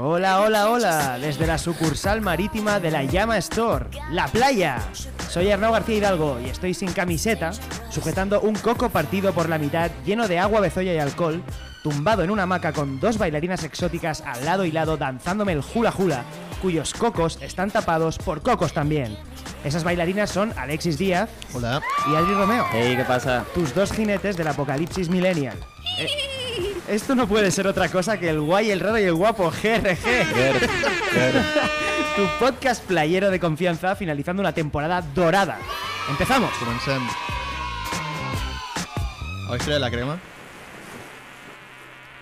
Hola, hola, hola, desde la sucursal marítima de la Llama Store, La Playa. Soy Arnau García Hidalgo y estoy sin camiseta, sujetando un coco partido por la mitad lleno de agua, bezoya y alcohol, tumbado en una hamaca con dos bailarinas exóticas al lado y lado danzándome el hula hula, cuyos cocos están tapados por cocos también. Esas bailarinas son Alexis Díaz Hola. y Adri Romeo, Ey, ¿qué pasa? tus dos jinetes del apocalipsis millennial. Eh, esto no puede ser otra cosa que el guay, el raro y el guapo GRG. Tu podcast playero de confianza finalizando una temporada dorada. ¡Empezamos! Comencem. ¿Habéis traído la crema?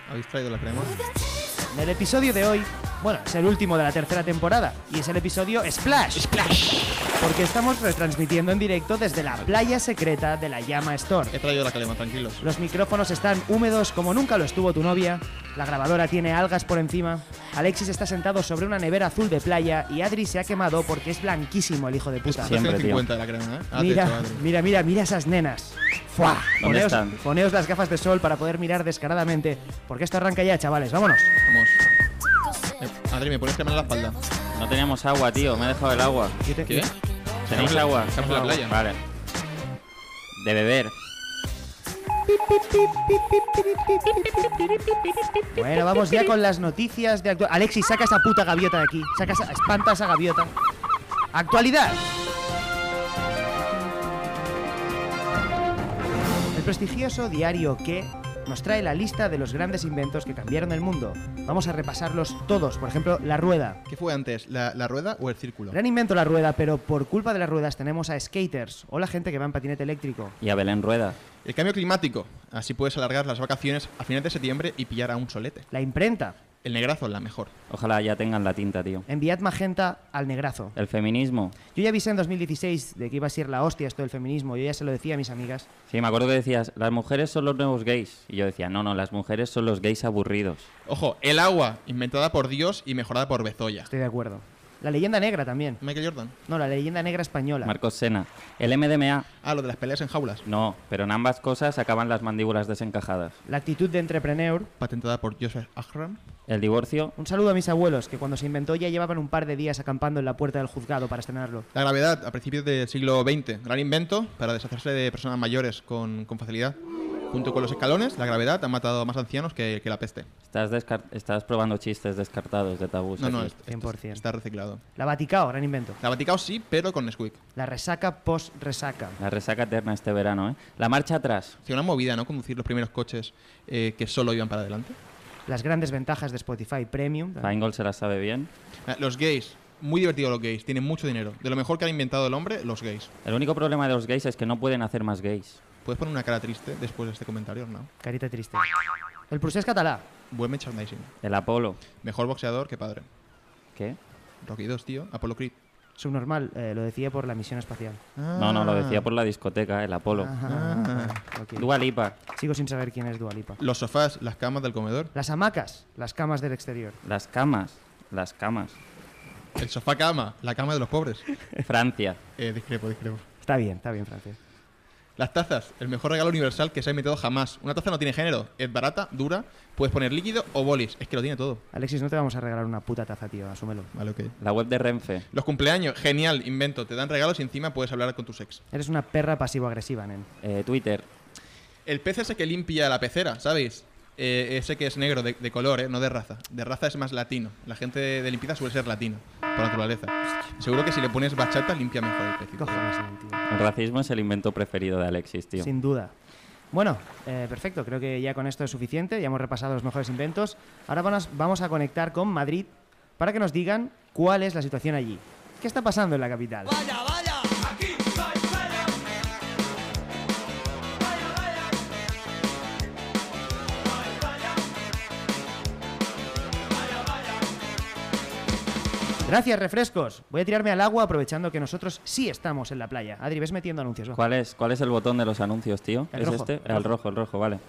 ¿Habéis traído la crema? En el episodio de hoy, bueno, es el último de la tercera temporada y es el episodio Splash. Splash. Porque estamos retransmitiendo en directo desde la playa secreta de la Llama Store. He traído la crema, tranquilos. Los micrófonos están húmedos como nunca lo estuvo tu novia. La grabadora tiene algas por encima. Alexis está sentado sobre una nevera azul de playa y Adri se ha quemado porque es blanquísimo el hijo de puta. Es Siempre, tío. 350 de la crema, ¿eh? Ah, te he Mira, hecho, Adri. mira, mira, mira esas nenas. ¡Fua! ¿Dónde Poneos, están? poneos las gafas de sol para poder mirar descaradamente, porque esto arranca ya, chavales. Vámonos. Vamos. Eh, Adri, me pones crema en la espalda. No teníamos agua, tío. Me he dejado el agua. Yo te- ¿Qué? ¿Tenéis Estamos en- agua? estamos en la playa. Vale. De beber. Bueno, vamos ya con las noticias de actualidad. Alexis, saca esa puta gaviota de aquí. Saca esa, espanta esa gaviota. Actualidad. El prestigioso diario que nos trae la lista de los grandes inventos que cambiaron el mundo. Vamos a repasarlos todos. Por ejemplo, la rueda. ¿Qué fue antes, la, la rueda o el círculo? Gran invento la rueda, pero por culpa de las ruedas tenemos a skaters o la gente que va en patinete eléctrico. Y a Belén Rueda. El cambio climático. Así puedes alargar las vacaciones a finales de septiembre y pillar a un solete. La imprenta. El negrazo, la mejor. Ojalá ya tengan la tinta, tío. Enviad magenta al negrazo. El feminismo. Yo ya avisé en 2016 de que iba a ser la hostia esto del feminismo. Yo ya se lo decía a mis amigas. Sí, me acuerdo que decías, las mujeres son los nuevos gays. Y yo decía, no, no, las mujeres son los gays aburridos. Ojo, el agua, inventada por Dios y mejorada por Bezoya. Estoy de acuerdo. La leyenda negra también. Michael Jordan. No, la leyenda negra española. Marcos Sena. El MDMA. Ah, lo de las peleas en jaulas. No, pero en ambas cosas acaban las mandíbulas desencajadas. La actitud de entrepreneur. Patentada por Joseph Ahram. El divorcio. Un saludo a mis abuelos, que cuando se inventó ya llevaban un par de días acampando en la puerta del juzgado para estrenarlo. La gravedad a principios del siglo XX, gran invento para deshacerse de personas mayores con, con facilidad. Junto con los escalones, la gravedad ha matado a más ancianos que, que la peste. Estás, descar- estás probando chistes descartados de tabús. No, no, aquí. es- es- 100%. está reciclado. La Vaticao, gran invento. La Vaticao sí, pero con Nesquik. La resaca post-resaca. La resaca eterna este verano, ¿eh? La marcha atrás. Hacía una movida, ¿no? Conducir los primeros coches eh, que solo iban para adelante. Las grandes ventajas de Spotify Premium. Feingold se la sabe bien. Ah, Los gays, muy divertido los gays, tienen mucho dinero. De lo mejor que ha inventado el hombre, los gays. El único problema de los gays es que no pueden hacer más gays. ¿Puedes poner una cara triste después de este comentario, Arnau? Carita triste. El Prusés catalá. Buen merchandising. El Apolo. Mejor boxeador que padre. ¿Qué? Rocky 2, tío. Apollo Creed. Ah. Subnormal, eh, lo decía por la misión espacial. No, no, lo decía por la discoteca, el Apolo. Ah, ok. Dua Lipa. Sigo sin saber quién es Dualipa. Los sofás, las camas del comedor. Las hamacas, las camas del exterior. Las camas. Las camas. El sofá cama, la cama de los pobres. Francia. Eh, discrepo, discrepo. Está bien, está bien, Francis. Las tazas, el mejor regalo universal que se ha inventado jamás. Una taza no tiene género, es barata, dura, puedes poner líquido o bolis, es que lo tiene todo. Alexis, no te vamos a regalar una puta taza, tío, asúmelo. Vale, ok. La web de Renfe. Los cumpleaños, genial, invento, te dan regalos y encima puedes hablar con tus ex. Eres una perra pasivo-agresiva, nen. Eh, Twitter. El pez ese que limpia la pecera, ¿sabéis? Eh, ese que es negro, de, de color, ¿eh? no de raza. De raza es más latino. La gente de, de limpieza suele ser latina, por naturaleza. Seguro que si le pones bachata, limpia mejor el ¿Qué pez. cojones, nen, tío? El racismo es el invento preferido de Alexis, tío. Sin duda. Bueno, eh, perfecto, creo que ya con esto es suficiente, ya hemos repasado los mejores inventos. Ahora vamos- vamos a conectar con Madrid para que nos digan cuál es la situación allí. ¿Qué está pasando en la capital? Gracias, refrescos. Voy a tirarme al agua aprovechando que nosotros sí estamos en la playa. Adri, ves metiendo anuncios. va. ¿Cuál es, ¿Cuál es el botón de los anuncios, tío? El ¿Es rojo. este? Eh, El rojo, el rojo, vale.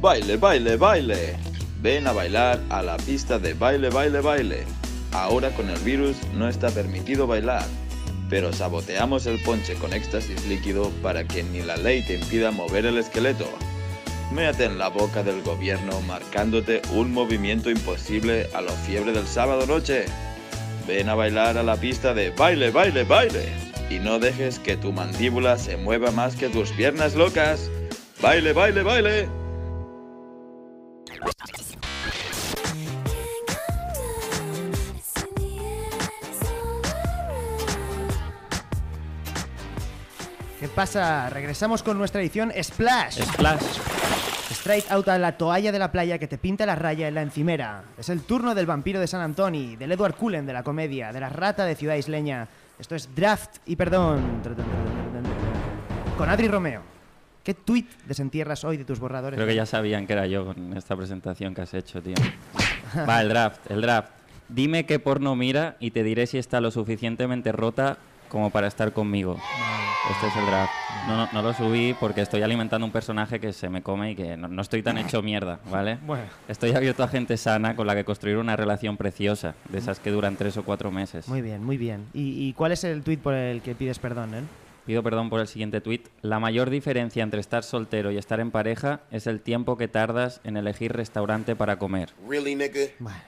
Baile, baile, baile. Ven a bailar a la pista de baile, baile, baile. Ahora con el virus no está permitido bailar, pero saboteamos el ponche con éxtasis líquido para que ni la ley te impida mover el esqueleto. Méate en la boca del gobierno marcándote un movimiento imposible a la fiebre del sábado noche. Ven a bailar a la pista de baile, baile, baile. Y no dejes que tu mandíbula se mueva más que tus piernas locas. Baile, baile, baile. ¿Qué pasa? Regresamos con nuestra edición Splash. Splash. Straight out a la toalla de la playa que te pinta la raya en la encimera. Es el turno del vampiro de San Antoni, del Edward Cullen de la comedia, de la rata de Ciudad Isleña. Esto es Draft y Perdón. Con Adri Romeo. ¿Qué tweet desentierras hoy de tus borradores? Creo que ya sabían que era yo con esta presentación que has hecho, tío. Va, el draft, el draft. Dime qué porno mira y te diré si está lo suficientemente rota como para estar conmigo. Este es el draft. No, no, no lo subí porque estoy alimentando un personaje que se me come y que no, no estoy tan hecho mierda, ¿vale? Bueno. Estoy abierto a gente sana con la que construir una relación preciosa, de esas que duran tres o cuatro meses. Muy bien, muy bien. ¿Y, y cuál es el tweet por el que pides perdón, eh? Pido perdón por el siguiente tuit. La mayor diferencia entre estar soltero y estar en pareja es el tiempo que tardas en elegir restaurante para comer. Really, nigga? Bueno.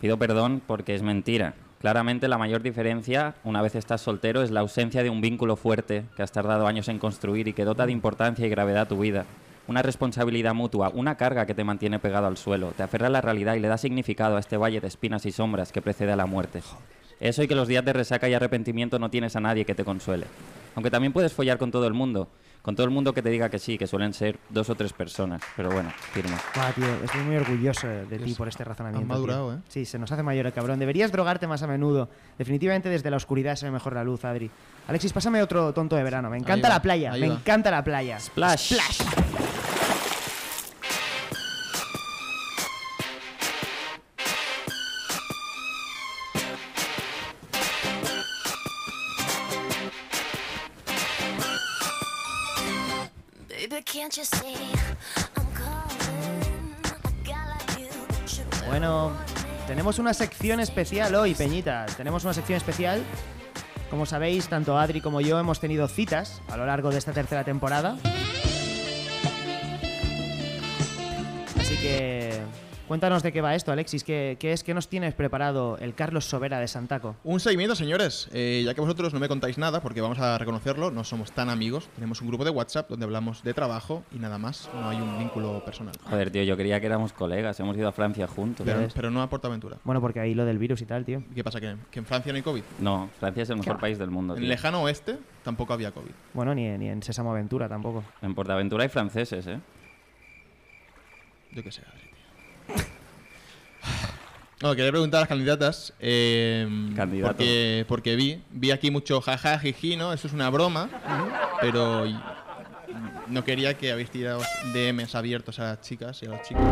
Pido perdón porque es mentira. Claramente la mayor diferencia, una vez estás soltero, es la ausencia de un vínculo fuerte que has tardado años en construir y que dota de importancia y gravedad a tu vida. Una responsabilidad mutua, una carga que te mantiene pegado al suelo, te aferra a la realidad y le da significado a este valle de espinas y sombras que precede a la muerte. Eso y que los días de resaca y arrepentimiento no tienes a nadie que te consuele. Aunque también puedes follar con todo el mundo, con todo el mundo que te diga que sí, que suelen ser dos o tres personas. Pero bueno, firmo. Buah, tío, estoy muy orgulloso de ti por este razonamiento. has madurado, tío. ¿eh? Sí, se nos hace mayor el cabrón. Deberías drogarte más a menudo. Definitivamente desde la oscuridad se ve mejor la luz, Adri. Alexis, pásame otro tonto de verano. Me encanta va, la playa, ahí me va. encanta la playa. Splash. Baby, can't you see I'm calling? A guy like you should be Bueno, tenemos una sección especial hoy, Peñita. Tenemos una sección especial. Como sabéis, tanto Adri como yo hemos tenido citas a lo largo de esta tercera temporada. Así que cuéntanos de qué va esto, Alexis. ¿Qué, qué es que nos tienes preparado el Carlos Sobera de Santaco? Un seguimiento, señores. Eh, ya que vosotros no me contáis nada, porque vamos a reconocerlo, no somos tan amigos. Tenemos un grupo de WhatsApp donde hablamos de trabajo y nada más. No hay un vínculo personal. Joder, tío, yo creía que éramos colegas, hemos ido a Francia juntos. Pero, ¿sabes? pero no a Portaventura. Bueno, porque ahí lo del virus y tal, tío. ¿Y ¿Qué pasa? ¿Que, que en Francia no hay COVID? No, Francia es el mejor país del mundo. En tío. el lejano oeste tampoco había COVID. Bueno, ni, ni en Sésamo Aventura tampoco. En Portaventura hay franceses, ¿eh? Yo qué sé, Adri, tío. No, quería preguntar a las candidatas. eh, Candidato. Porque, porque vi, vi aquí mucho jaja, jiji, ¿no? Eso es una broma. Pero y- no quería que habéis tirado DMs abiertos a las chicas y a los chicos.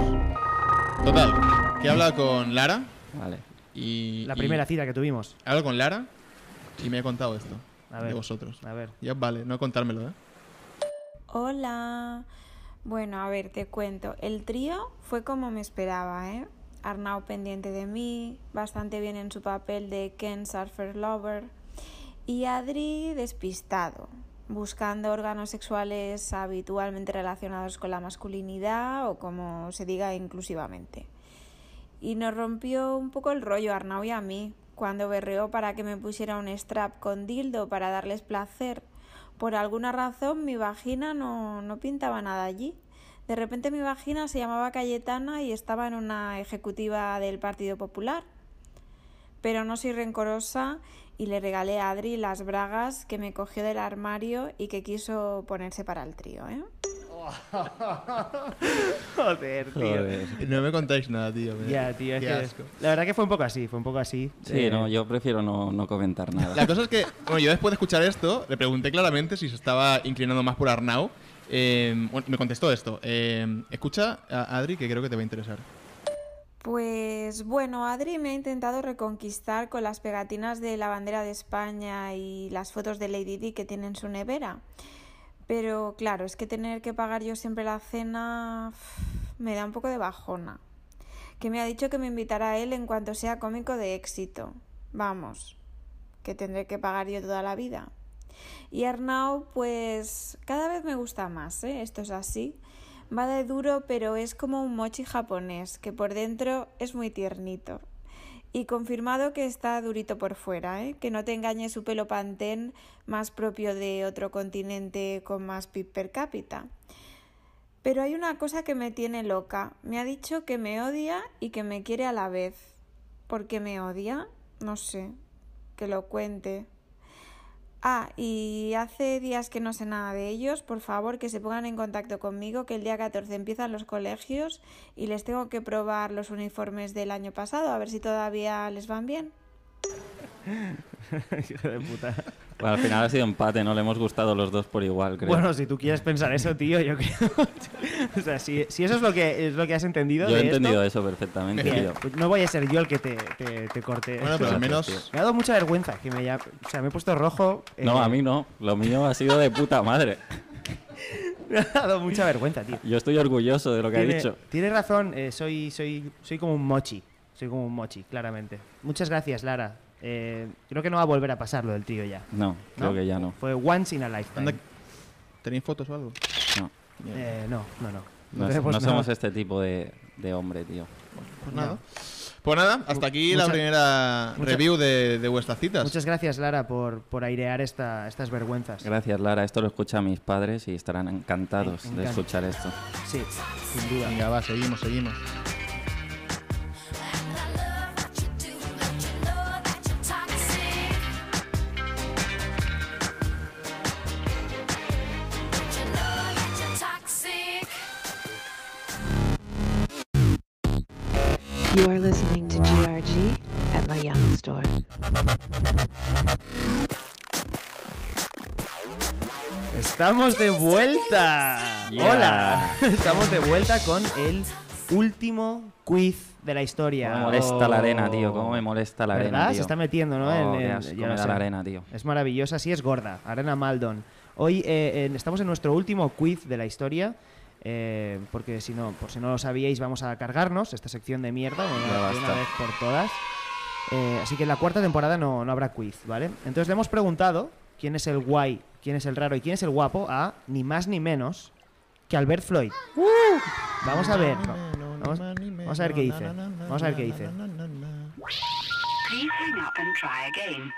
Total, que he hablado con Lara. Vale. Y, La y- primera cita que tuvimos. he hablado con Lara y me ha contado esto. A ver. De vosotros. A ver. Ya vale, no contármelo, ¿eh? Hola. Bueno, a ver, te cuento. El trío fue como me esperaba, ¿eh? Arnau pendiente de mí, bastante bien en su papel de Ken Surfer Lover. Y Adri despistado, buscando órganos sexuales habitualmente relacionados con la masculinidad o como se diga inclusivamente. Y nos rompió un poco el rollo a Arnau y a mí, cuando berreó para que me pusiera un strap con dildo para darles placer. Por alguna razón mi vagina no, no pintaba nada allí. De repente mi vagina se llamaba Cayetana y estaba en una ejecutiva del Partido Popular. Pero no soy rencorosa y le regalé a Adri las bragas que me cogió del armario y que quiso ponerse para el trío, ¿eh? Joder, tío. Joder. No me contáis nada, tío. me- Ya, tío, es qué que- asco. La verdad que fue un poco así, fue un poco así. Sí, Eh, no, yo prefiero no, no comentar nada. La cosa es que, bueno, yo después de escuchar esto, le pregunté claramente si se estaba inclinando más por Arnau. Eh, bueno, me contestó esto. eh, escucha a Adri, que creo que te va a interesar. Pues bueno, Adri me ha intentado reconquistar con las pegatinas de la bandera de España y las fotos de Lady Di que tiene en su nevera. Pero claro, es que tener que pagar yo siempre la cena uf, me da un poco de bajona. Que me ha dicho que me invitará a él en cuanto sea cómico de éxito. vamos, que tendré que pagar yo toda la vida. Y Arnau, pues cada vez me gusta más, ¿eh? esto es así. Va de duro, pero es como un mochi japonés, que por dentro es muy tiernito. Y confirmado que está durito por fuera, ¿eh? que no te engañe su pelo pantén más propio de otro continente con más PIB per cápita. Pero hay una cosa que me tiene loca. Me ha dicho que me odia y que me quiere a la vez. ¿Por qué me odia? No sé. Que lo cuente. Ah, y hace días que no sé nada de ellos. Por favor, que se pongan en contacto conmigo, que el día 14 empiezan los colegios y les tengo que probar los uniformes del año pasado, a ver si todavía les van bien. Hijo de puta. Bueno, al final ha sido empate, ¿no? Le hemos gustado los dos por igual, creo. Bueno, si tú quieres pensar eso, tío, yo creo. o sea, si, si eso es lo que es lo que has entendido. Yo he de esto, entendido eso perfectamente, bien, tío. pues no voy a ser yo el que te, te- te corte. Bueno, pero al tío. menos. Me ha dado mucha vergüenza que me haya. O sea, me he puesto rojo. eh, No, a mí no. Lo mío ha sido de puta madre. Me ha dado mucha vergüenza, tío. Yo estoy orgulloso de lo que ha Tiene- dicho. Tienes razón, eh, soy, soy, soy como un mochi. Soy como un mochi, claramente. Muchas gracias, Lara. Eh, creo que no va a volver a pasar lo del trío ya. No, creo que ya no. Fue once in a lifetime. Anda, ¿Tenéis fotos o algo? No, Eh, no, no, no. no, es- tenemos no nada. somos este tipo de, de hombre, tío. Pues nada. Pues nada, hasta aquí la Mucha- primera mucha- review de, de vuestras citas. Muchas gracias, Lara, por, por airear esta, estas vergüenzas. Gracias, Lara. Esto lo escuchan mis padres y estarán encantados de Me encanta. escuchar esto. Sí, sin duda. Venga, va, seguimos, seguimos. I love what you do, but you know that you're toxic. But you know that you're toxic. You are listening to GRG at La Young Store. Estamos de vuelta. Yeah. Hola. Estamos de vuelta con el último quiz de la historia. Cómo me molesta Oh. la arena, tío. Cómo me molesta la arena, ¿Verdad? tío. Se está metiendo, ¿no? Oh, En- qué en- asco ya me lo da sé. la arena, tío. Es maravillosa, sí es gorda. Arena Maldon. Hoy eh, en- estamos en nuestro último quiz de la historia. eh, porque si no, por si no lo sabíais, vamos a cargarnos esta sección de mierda de Ya una, de una basta. vez por todas. Eh, así que en la cuarta temporada no, no habrá quiz, ¿vale? Entonces le hemos preguntado quién es el guay, quién es el raro y quién es el guapo a ni más ni menos que Albert Floyd. Vamos a ver. Vamos, vamos a ver qué dice. Vamos a ver qué dice. Please hang up and try again.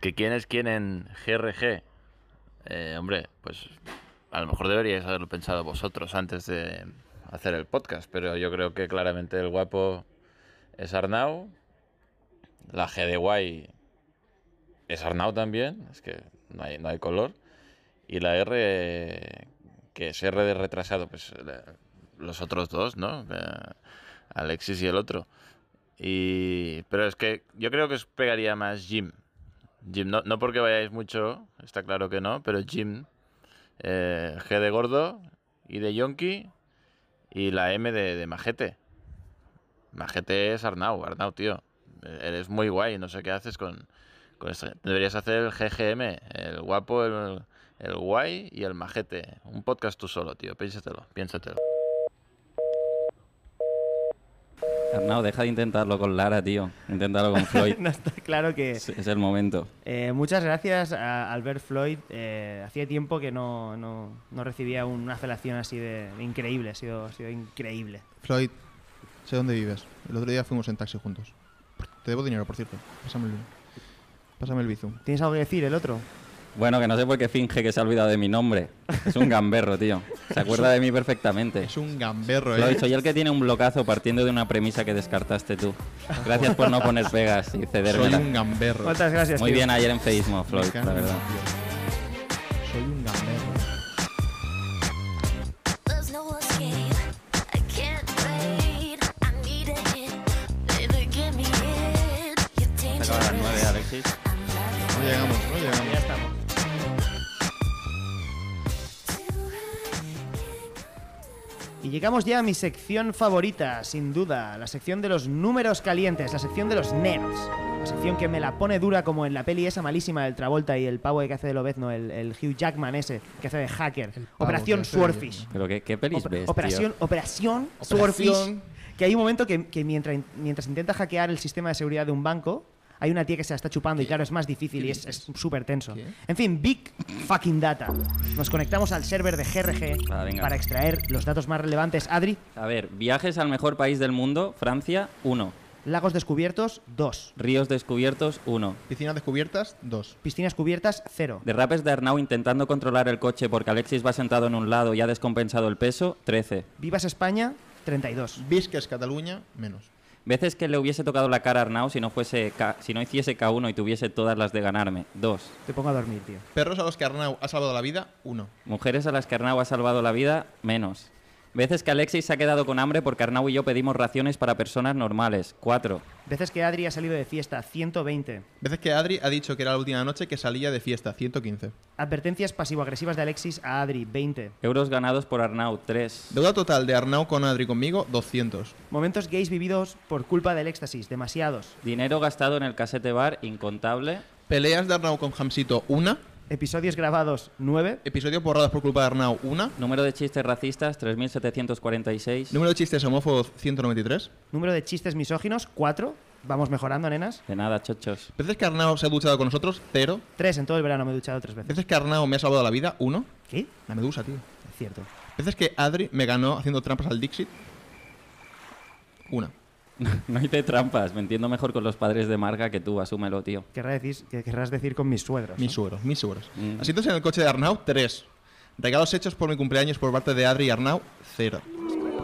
¿Que quién es quién en GRG? Eh, hombre, pues a lo mejor deberíais haberlo pensado vosotros antes de hacer el podcast, pero yo creo que claramente el guapo es Arnau. La G de guay es Arnau también, es que no hay, no hay color. Y la R, eh, que es R de retrasado, pues la- los otros dos, ¿no? Eh, Alexis y el otro. Y, pero es que yo creo que os pegaría más Jim. Jim, no, no porque vayáis mucho, está claro que no, pero Jim, eh, G de gordo y de yonki y la M de, de majete. Majete es Arnau, Arnau, tío. E- Eres muy guay, no sé qué haces con, con esto. Deberías hacer el GGM, el guapo, el, el guay y el majete. Un podcast tú solo, tío, piénsatelo, piénsatelo. Arnau, deja de intentarlo con Lara, tío. Inténtalo con Floyd. No está claro que. es, es el momento. Eh, muchas gracias a Albert Floyd. Eh, hacía tiempo que no, no- no recibía una felación así de de increíble. Ha sido, ha sido increíble. Floyd, sé dónde vives. El otro día fuimos en taxi juntos. Te debo dinero, por cierto. Pásame el, pásame el bizum. ¿Tienes algo que decir, el otro? Bueno, que no sé por qué finge que se ha olvidado de mi nombre. Es un gamberro, tío. Se acuerda de mí perfectamente. Es un gamberro, Floyd, eh. soy el que tiene un blocazo partiendo de una premisa que descartaste tú. Gracias por no poner pegas y Soy cedérmela. un gamberro. Muchas gracias. Muy tío. bien ayer en Facebook, Floyd, Me cago la en verdad. Dios. Soy un gamberro. There's no escape. I can't wait. I need a hit. Baby, give me it. You're Se acaba a las nueve, dangerous. Alexis. I'm loving No llegamos, no Ya llegamos. estamos. Y llegamos ya a mi sección favorita, sin duda, la sección de los números calientes, la sección de los nerds. La sección que me la pone dura como en la peli esa malísima del Travolta y el pavo que hace de Lobezno, el, el Hugh Jackman ese, que hace de hacker. El pavo que Operación hace de Swordfish. Pero qué, qué pelis Oper- ves, tío? operación, operación, Operación. Swordfish, Que hay un momento que, que mientras, mientras intenta hackear el sistema de seguridad de un banco, Hay una tía que se la está chupando y claro, es más difícil y es- es súper tenso. ¿Qué? En fin, big fucking data. Nos conectamos al server de GRG Va, venga. para extraer los datos más relevantes. Adri, A ver, viajes al mejor país del mundo, Francia, 1. lagos descubiertos, 2. Ríos descubiertos, 1. Piscinas descubiertas, dos. Piscinas cubiertas, 0. Derrapes de Arnau intentando controlar el coche porque Alexis va sentado en un lado y ha descompensado el peso, 13. Vivas España, 32. Visques, Cataluña, menos. Veces que le hubiese tocado la cara a Arnau si no, fuese K- si no hiciese K1 y tuviese todas las de ganarme, 2. Te pongo a dormir, tío. Perros a los que Arnau ha salvado la vida, uno. Mujeres a las que Arnau ha salvado la vida, menos. Veces que Alexis se ha quedado con hambre porque Arnau y yo pedimos raciones para personas normales, 4. Veces que Adri ha salido de fiesta, 120. Veces que Adri ha dicho que era la última noche que salía de fiesta, 115. Advertencias pasivo-agresivas de Alexis a Adri, 20. Euros ganados por Arnau, 3. Deuda total de Arnau con Adri conmigo, 200. Momentos gays vividos por culpa del éxtasis, demasiados. Dinero gastado en el casete bar, incontable. Peleas de Arnau con Hamsito, una. Episodios grabados, 9. Episodios borrados por culpa de Arnau, una. Número de chistes racistas, 3.746. Número de chistes homófobos, 193. Número de chistes misóginos, 4. Vamos mejorando, nenas. De nada, chochos. Veces que Arnau se ha duchado con nosotros, cero. 3. En todo el verano me he duchado tres veces. Veces que Arnau me ha salvado la vida, uno. ¿Qué? La medusa, tío. Es cierto. Veces que Adri me ganó haciendo trampas al Dixit, una. No hice trampas, me entiendo mejor con los padres de Marga que tú, asúmelo, tío. Querrás decir, que querrás decir con mis suegros. Mis ¿no? suegros, mis suegros. Mm. Asientos en el coche de Arnau, tres. Regalos hechos por mi cumpleaños por parte de Adri y Arnau, cero.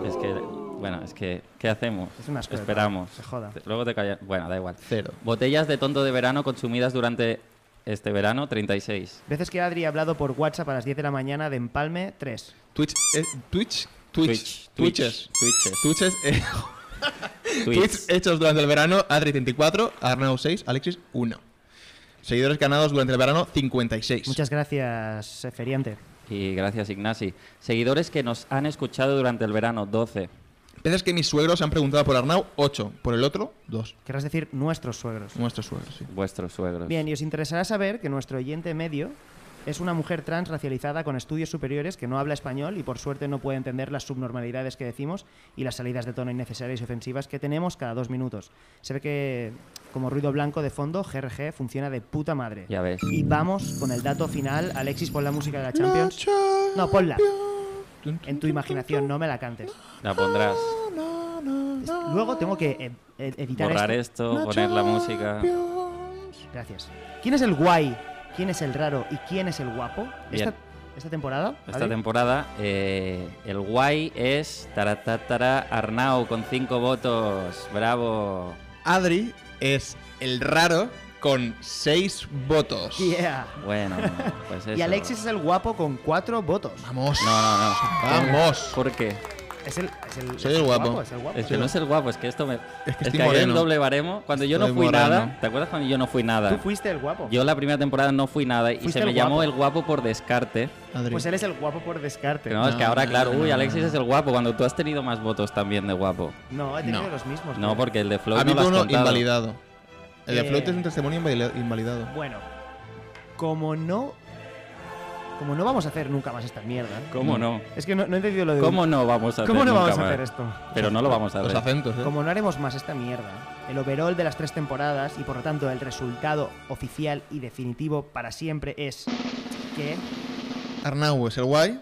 Es que, bueno, es que, ¿qué hacemos? Es una escuela, Esperamos. se joda. Te- Luego te callas. Bueno, da igual. Cero. Botellas de tonto de verano consumidas durante este verano, 36. Veces que Adri ha hablado por WhatsApp a las 10 de la mañana de empalme, 3. Twitch, eh, Twitch, Twitch, Twitches. Twitches. Twitches, eh, Twitch Twitches. hechos durante el verano, Adri 34, Arnau 6, Alexis 1. Seguidores ganados durante el verano, 56. Muchas gracias, eh, Feriante. Y gracias, Ignasi. Seguidores que nos han escuchado durante el verano, 12. Veces que mis suegros han preguntado por Arnau, 8. Por el otro, 2. Querrás decir nuestros suegros. Nuestros suegros, sí. Vuestros suegros. Bien, y os interesará saber que nuestro oyente medio es una mujer trans racializada con estudios superiores que no habla español y por suerte no puede entender las subnormalidades que decimos y las salidas de tono innecesarias y ofensivas que tenemos cada dos minutos. Se ve que como ruido blanco de fondo, GRG funciona de puta madre. Ya ves. Y vamos con el dato final. Alexis, pon la música de la Champions. No, ponla. En tu imaginación, no me la cantes. La pondrás. Luego tengo que eh, eh, editar Borrar esto. esto, poner la música. Gracias. ¿Quién es el guay? ¿Quién es el raro? ¿Y quién es el guapo? Bien. Esta, esta temporada. Esta Adri, temporada, eh, el guay es taratatara Arnau con 5 votos. Bravo. Adri es el raro con 6 votos. Yeah. Bueno, pues eso. Y Alexis es el guapo con cuatro votos. Vamos. No, no, no. Vamos. ¿Por qué? Es el, es el, Soy es el guapo. Es el guapo. Es que no es el guapo, es que esto me. Es que estoy ayer el moreno. doble baremo, cuando yo no Estoy fui nada. moreno. ¿Te acuerdas cuando yo no fui nada? Tú fuiste el guapo. Yo la primera temporada no fui nada y Fuiste se el me llamó guapo. el guapo por descarte. Adri. Pues él es el guapo por descarte. Pero no, es que No, ahora, no, claro, no, uy, no, Alexis no. es el guapo cuando tú has tenido más votos también de guapo. No, he tenido No. los mismos. No, creo. porque el de Flow ha Pues no lo has habido uno contado. invalidado. El de Eh. Float es un testimonio invali- invalidado. Bueno, como no. Como no vamos a hacer nunca más esta mierda. ¿Cómo no? Es que no, no he entendido lo de. ¿Cómo no vamos a hacer ¿Cómo no vamos nunca a hacer más? esto? Pero no lo vamos a Los hacer. acentos, ¿eh? Como no haremos más esta mierda, el overall de las tres temporadas y por lo tanto el resultado oficial y definitivo para siempre es que. Arnau es el guay.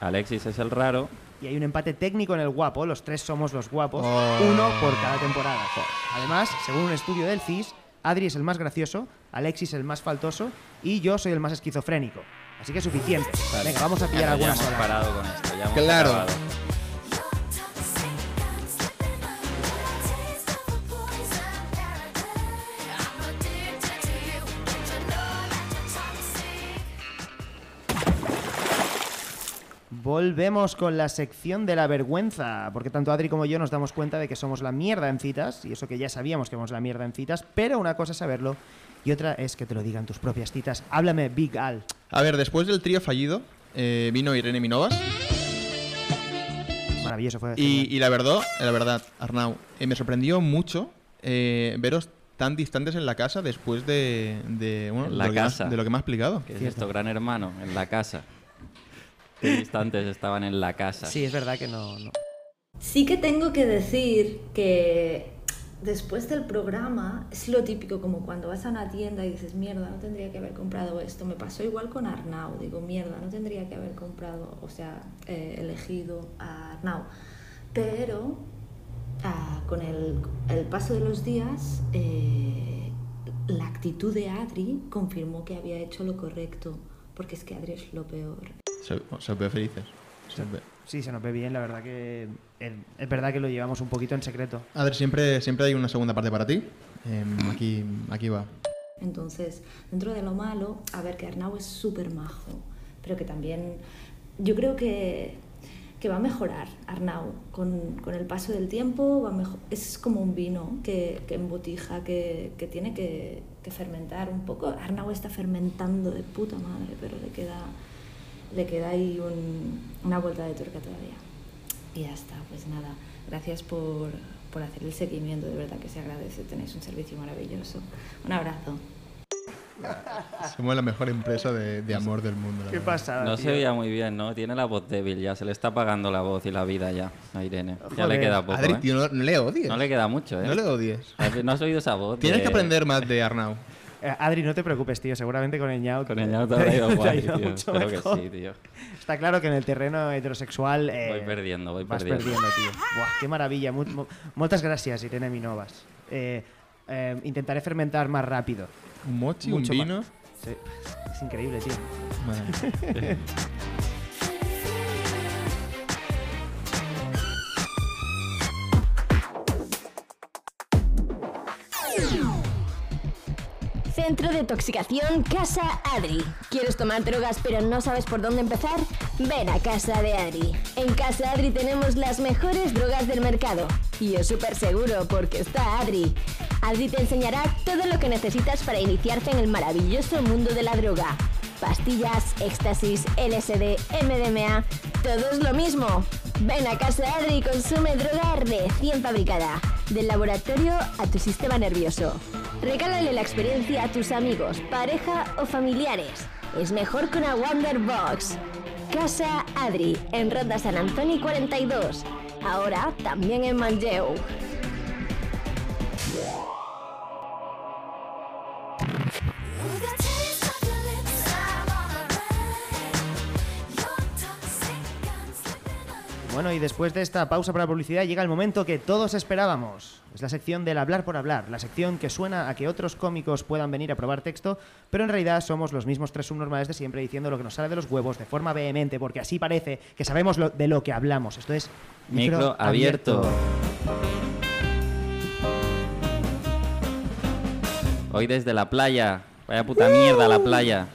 Alexis es el raro. Y hay un empate técnico en el guapo, los tres somos los guapos, Oh. uno por cada temporada. Además, según un estudio del CIS, Adri es el más gracioso, Alexis el más faltoso y yo soy el más esquizofrénico. Así que suficiente. Venga, vamos a pillar Ya, ya algunas hemos sola. parado con esto. Ya hemos Claro. acabado. Volvemos con la sección de la vergüenza, porque tanto Adri como yo nos damos cuenta de que somos la mierda en citas, y eso que ya sabíamos que somos la mierda en citas, pero una cosa es saberlo y otra es que te lo digan tus propias citas. Háblame, Big Al. A ver, después del trío fallido, eh, vino Irene Minovas. Maravilloso fue. Y, genial. y la verdad, la verdad, Arnau, eh, me sorprendió mucho eh, veros tan distantes en la casa después de, de, bueno, En de la lo que me has- casa. de lo que me ha explicado. ¿Qué es esto, gran hermano? En la casa. Qué distantes estaban en la casa. Sí, es verdad que no. no. Sí que tengo que decir que después del programa es lo típico, como cuando vas a una tienda y dices, mierda, no tendría que haber comprado esto. Me pasó igual con Arnau, digo, mierda, no tendría que haber comprado, o sea, eh, elegido a Arnau. Pero ah, con el, el paso de los días, eh, la actitud de Adri confirmó que había hecho lo correcto, porque es que Adri es lo peor. Se, se os veo felices. Se os veo. Sí, se nos ve bien, la verdad que es, es verdad que lo llevamos un poquito en secreto. Adri, siempre, siempre hay una segunda parte para ti. Em, aquí, aquí va. Entonces, dentro de lo malo, a ver que Arnau es súper majo, pero que también yo creo que, que va a mejorar Arnau con, con el paso del tiempo, va a mejo- es como un vino que, que embotija, que, que tiene que, que fermentar un poco. Arnau está fermentando de puta madre, pero le queda, le queda ahí un- una vuelta de tuerca todavía. Y ya está, pues nada, gracias por, por hacer el seguimiento, de verdad que se agradece, tenéis un servicio maravilloso. Un abrazo. Somos la mejor empresa de, de amor del mundo. la ¿Qué verdad. pasa? No se oía muy bien, ¿no? Tiene la voz débil ya, se le está pagando la voz y la vida ya a Irene. Ya Joder. le queda poco, Adri, ¿eh? tío, no, no le odies. No le queda mucho, ¿eh? No le odies. Adri, No has oído esa voz. Tienes de- que aprender más de Arnau. Eh, Adri, no te preocupes, tío. Seguramente con el ñao. Con el ñao te ha habrá ido guay, ido tío. mucho Espero que mejor. sí, tío. Está claro que en el terreno heterosexual. eh, Voy perdiendo, voy vas perdiendo. tío. Buah, qué maravilla. Mu- mu- Moltes gràcies, Irene Minovas. Eh, eh, intentaré fermentar más rápido. Un mochi, Mucho un más. vino. Sí. Es increíble, tío. Madre mía. Centro de Toxicación Casa Adri. ¿Quieres tomar drogas pero no sabes por dónde empezar? Ven a Casa de Adri. En Casa Adri tenemos las mejores drogas del mercado. Y es súper seguro porque está Adri. Adri te enseñará todo lo que necesitas para iniciarte en el maravilloso mundo de la droga. Pastillas, éxtasis, LSD, MDMA, todo es lo mismo. Ven a Casa Adri y consume droga recién fabricada, del laboratorio a tu sistema nervioso. Regálale la experiencia a tus amigos, pareja o familiares. Es mejor con una Wonderbox. Casa Adri, en Ronda San Antonio 42. Ahora también en Manlleu. Bueno, y después de esta pausa para publicidad llega el momento que todos esperábamos. Es la sección del hablar por hablar, la sección que suena a que otros cómicos puedan venir a probar texto, pero en realidad somos los mismos tres subnormales de siempre diciendo lo que nos sale de los huevos de forma vehemente, porque así parece que sabemos lo- de lo que hablamos. Esto es Micro abierto. Hoy desde la playa. Vaya puta mierda la playa.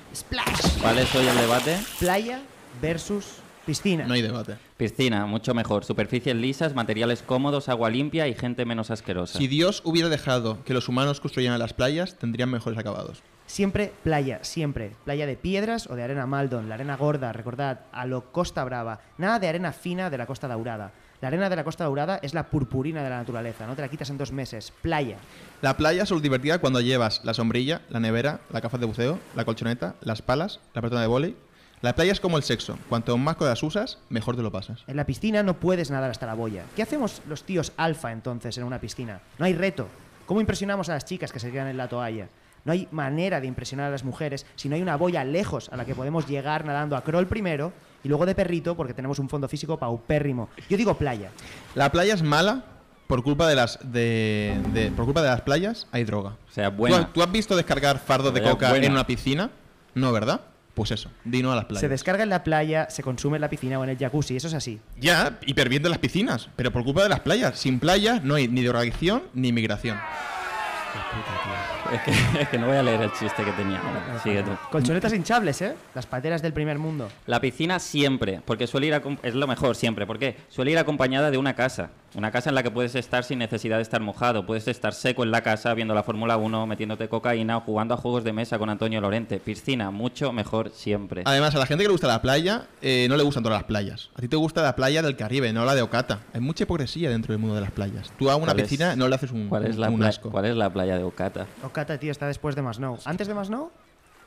¿Cuál es hoy el debate? Playa versus piscina. No hay debate. Piscina, mucho mejor. Superficies lisas, materiales cómodos, agua limpia y gente menos asquerosa. Si Dios hubiera dejado que los humanos construyeran las playas, tendrían mejores acabados. Siempre playa, siempre. Playa de piedras o de arena Maldon, la arena gorda, recordad, a lo Costa Brava. Nada de arena fina de la Costa Daurada. La arena de la Costa Daurada es la purpurina de la naturaleza, no te la quitas en dos meses. Playa. La playa solo es divertida cuando llevas la sombrilla, la nevera, la caja de buceo, la colchoneta, las palas, la pelota de vóley. La playa es como el sexo. Cuanto más cosas usas, mejor te lo pasas. En la piscina no puedes nadar hasta la boya. ¿Qué hacemos los tíos alfa entonces en una piscina? No hay reto. ¿Cómo impresionamos a las chicas que se quedan en la toalla? No hay manera de impresionar a las mujeres si no hay una boya lejos a la que podemos llegar nadando a crawl primero y luego de perrito porque tenemos un fondo físico paupérrimo. Yo digo playa. La playa es mala por culpa de las de, de- por culpa de las playas hay droga. O sea, ¿Tú buena. has, tú has visto descargar fardos de Vaya coca buena. en una piscina? No, ¿verdad? Pues eso, dino a las Se playas. descarga en la playa, se consume en la piscina o en el jacuzzi, eso es así. Ya, y perdiendo las piscinas, pero por culpa de las playas. Sin playas no hay ni drogadicción ni inmigración. Es que, es que no voy a leer el chiste que tenía. ahora. Sigue tú. Colchonetas hinchables, ¿eh? Las pateras del primer mundo. La piscina siempre, porque suele ir acom- es lo mejor siempre, porque suele ir acompañada de una casa, una casa en la que puedes estar sin necesidad de estar mojado, puedes estar seco en la casa viendo la Fórmula 1, metiéndote cocaína o jugando a juegos de mesa con Antonio Lorente. Piscina, mucho mejor siempre. Además, a la gente que le gusta la playa, eh, no le gustan todas las playas. A ti te gusta la playa del Caribe, no la de Ocata. Hay mucha hipocresía dentro del mundo de las playas. Tú a una ¿Cuál es- piscina no le haces un, ¿Cuál es la un pla- asco. ¿Cuál es la playa de Ocata? Okata, tío, está después de Masnou. ¿Antes de Masnou?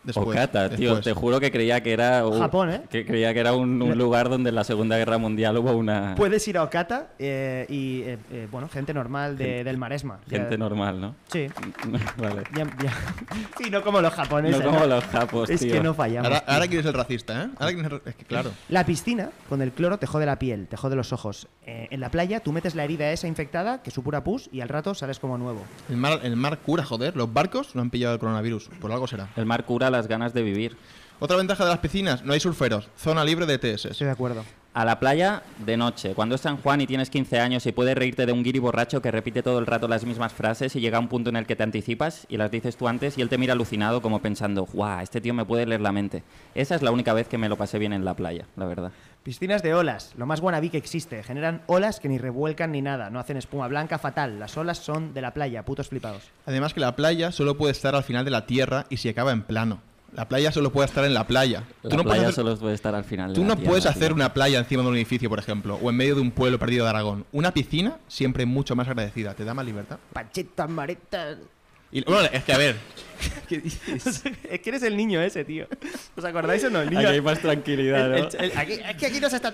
Después, Okata, tío, después. te juro que creía que era un, Japón, ¿eh? que creía que era un, un lugar donde en la Segunda Guerra Mundial hubo Ah. una Puedes ir a Okata eh, y, eh, eh, bueno, gente normal de- del Maresma. Ya- gente normal, ¿no? Sí. vale. Ya, ya. Sí, no como los japoneses. No como los japos, Es que tío. no fallamos. Ahora, tío. ahora quién es el racista, ¿eh? Ahora quién es, el ra- es que claro. La piscina, con el cloro, te jode la piel, te jode los ojos. Eh, en la playa, tú metes la herida esa infectada, que supura pus, y al rato sales como nuevo. El mar, el mar cura, joder. Los barcos no han pillado el coronavirus. Por algo será. El mar cura las ganas de vivir. Otra ventaja de las piscinas, no hay surferos. Zona libre de E TS. Estoy de acuerdo. A la playa de noche, cuando es San Juan y tienes 15 años y puedes reírte de un guiri borracho que repite todo el rato las mismas frases y llega un punto en el que te anticipas y las dices tú antes y él te mira alucinado como pensando, guau, este tío me puede leer la mente. Esa es la única vez que me lo pasé bien en la playa, la verdad. Piscinas de olas, lo más guanabí que existe. Generan olas que ni revuelcan ni nada, no hacen espuma blanca fatal. Las olas son de la playa, putos flipados. Además que la playa solo puede estar al final de la tierra y si acaba en plano. La playa solo puede estar en la playa. La tú no playa puedes hacer, solo puede estar al final. de tú la no tierra, puedes tío. hacer una playa encima de un edificio, por ejemplo, o en medio de un pueblo perdido de Aragón. Una piscina siempre mucho más agradecida, te da más libertad. Pachetas, maretas. Y bueno, es que a ver, es que eres el niño ese, tío. ¿Os acordáis o no? El niño... Aquí hay más tranquilidad, ¿no? El- el- el- aquí, aquí, aquí no se está...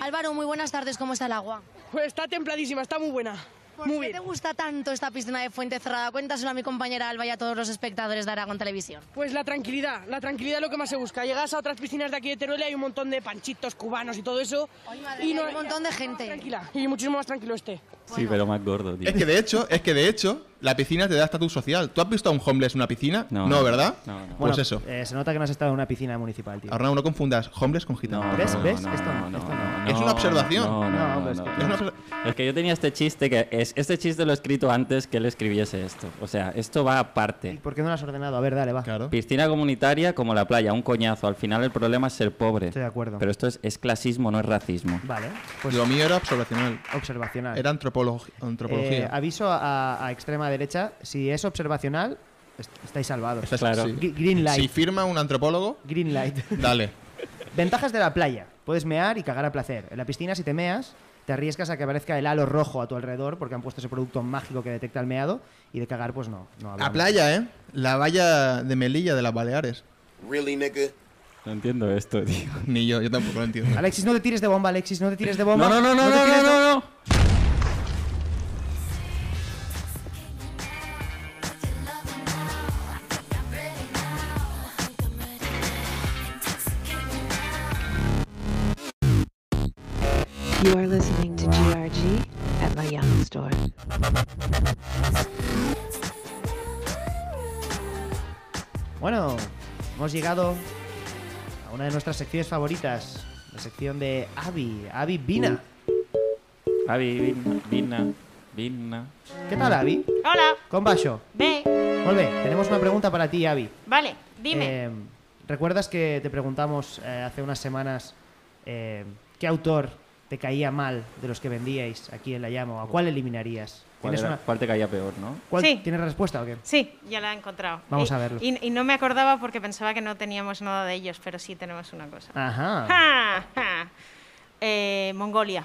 Álvaro, muy buenas tardes, ¿cómo está el agua? Pues está templadísima, está muy buena. ¿Por qué te gusta tanto esta piscina de Fuente Cerrada? Cuéntaselo a mi compañera Alba y a todos los espectadores de Aragón Televisión. Pues la tranquilidad, la tranquilidad es lo que más se busca. Llegas a otras piscinas de aquí de Teruel y hay un montón de panchitos cubanos y todo eso. madre y mía, hay un montón de gente. Tranquila, y muchísimo más tranquilo este. Sí, pero más gordo, tío. es que de hecho, es que de hecho, la piscina te da estatus social. ¿Tú has visto a un homeless en una piscina? No. ¿verdad? No, no. Pues Bueno, eso. eh, se nota que no has estado en una piscina municipal, tío. Ahora no confundas homeless con gitano. ¿Ves? ¿Ves? no, Esto no, no, esto no, no. pues Es una observación. No, No, no, no, hombre, es no, que- no. es una obser- Es que yo tenía este chiste que es, este chiste lo he escrito antes que él escribiese esto. O sea, esto va aparte. ¿Por qué no lo has ordenado? A ver, dale, va. Eh, Claro. Piscina comunitaria como la playa, un coñazo. Al final el problema es ser pobre. Estoy de acuerdo. Pero esto es, es clasismo, no es racismo. Vale, pues Lo mío era observacional. observacional. Era antropolog- Eh, antropología. aviso a, a extrema derecha, si es observacional, est- estáis salvados. Estás- sí. Gr- Green light. Si firma un antropólogo, Green light. dale. Ventajas de la playa. Puedes mear y cagar a placer. En la piscina, si te meas, te arriesgas a que aparezca el halo rojo a tu alrededor porque han puesto ese producto mágico que detecta el meado y de cagar, pues no. no A hablamos. playa, ¿eh? La valla de Melilla de las Baleares. Really, nigga? No entiendo esto, tío. Ni yo, yo tampoco pues lo entiendo. Alexis, no te tires de bomba, Alexis, no te tires de bomba. No, no, no, no, te no, tires no, de- no, no. You are listening to GRG at my young store. Bueno, hemos llegado a una de nuestras secciones favoritas, la sección de Avi, Avi Vina. Uh. Avi, Vinna, Vinna, Vinna. ¿Qué tal, Avi? Hola, Con Basho. ve, Volve, tenemos una pregunta para ti, Avi. vale, dime. Eh, ¿Recuerdas que te preguntamos eh, hace unas semanas eh, qué autor te caía mal de los que vendíais aquí en La Llamo? ¿A cuál eliminarías? ¿Cuál, ¿Tienes era- una- cuál te caía peor, no? cuál- Sí. ¿Tienes respuesta o qué? Sí, ya la he encontrado. Vamos Y- a verlo. Y, y no me acordaba porque pensaba que no teníamos nada de ellos, pero sí tenemos una cosa. Ah. Ajá. Ja, ja. Eh, Mongolia.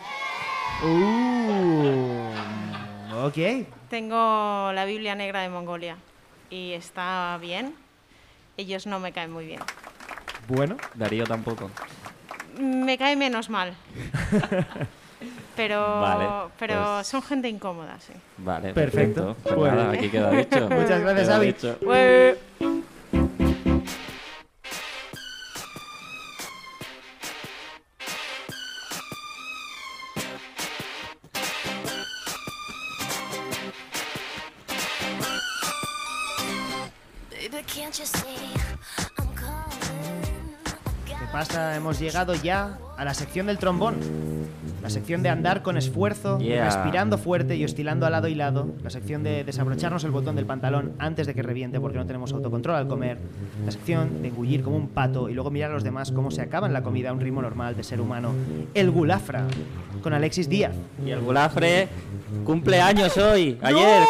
Uh, ok. Tengo la Biblia Negra de Mongolia y está bien. Ellos no me caen muy bien. Bueno. Darío tampoco. Me cae menos mal. Pero, Vale, pero pues- son gente incómoda, sí. Vale, Perfecto. perfecto. Pues Bueno. nada, aquí queda dicho. Muchas gracias, Queda Avi. dicho. Baby, can't you see I'm calling? ¿Qué pasa? Hemos llegado ya a la sección del trombón. La sección de andar con esfuerzo, Yeah. respirando fuerte y oscilando al lado y lado. La sección de desabrocharnos el botón del pantalón antes de que reviente porque no tenemos autocontrol al comer. La sección de engullir como un pato y luego mirar a los demás cómo se acaban la comida a un ritmo normal de ser humano. El gulafra, con Alexis Díaz. Y el Gulafre cumpleaños hoy, ayer.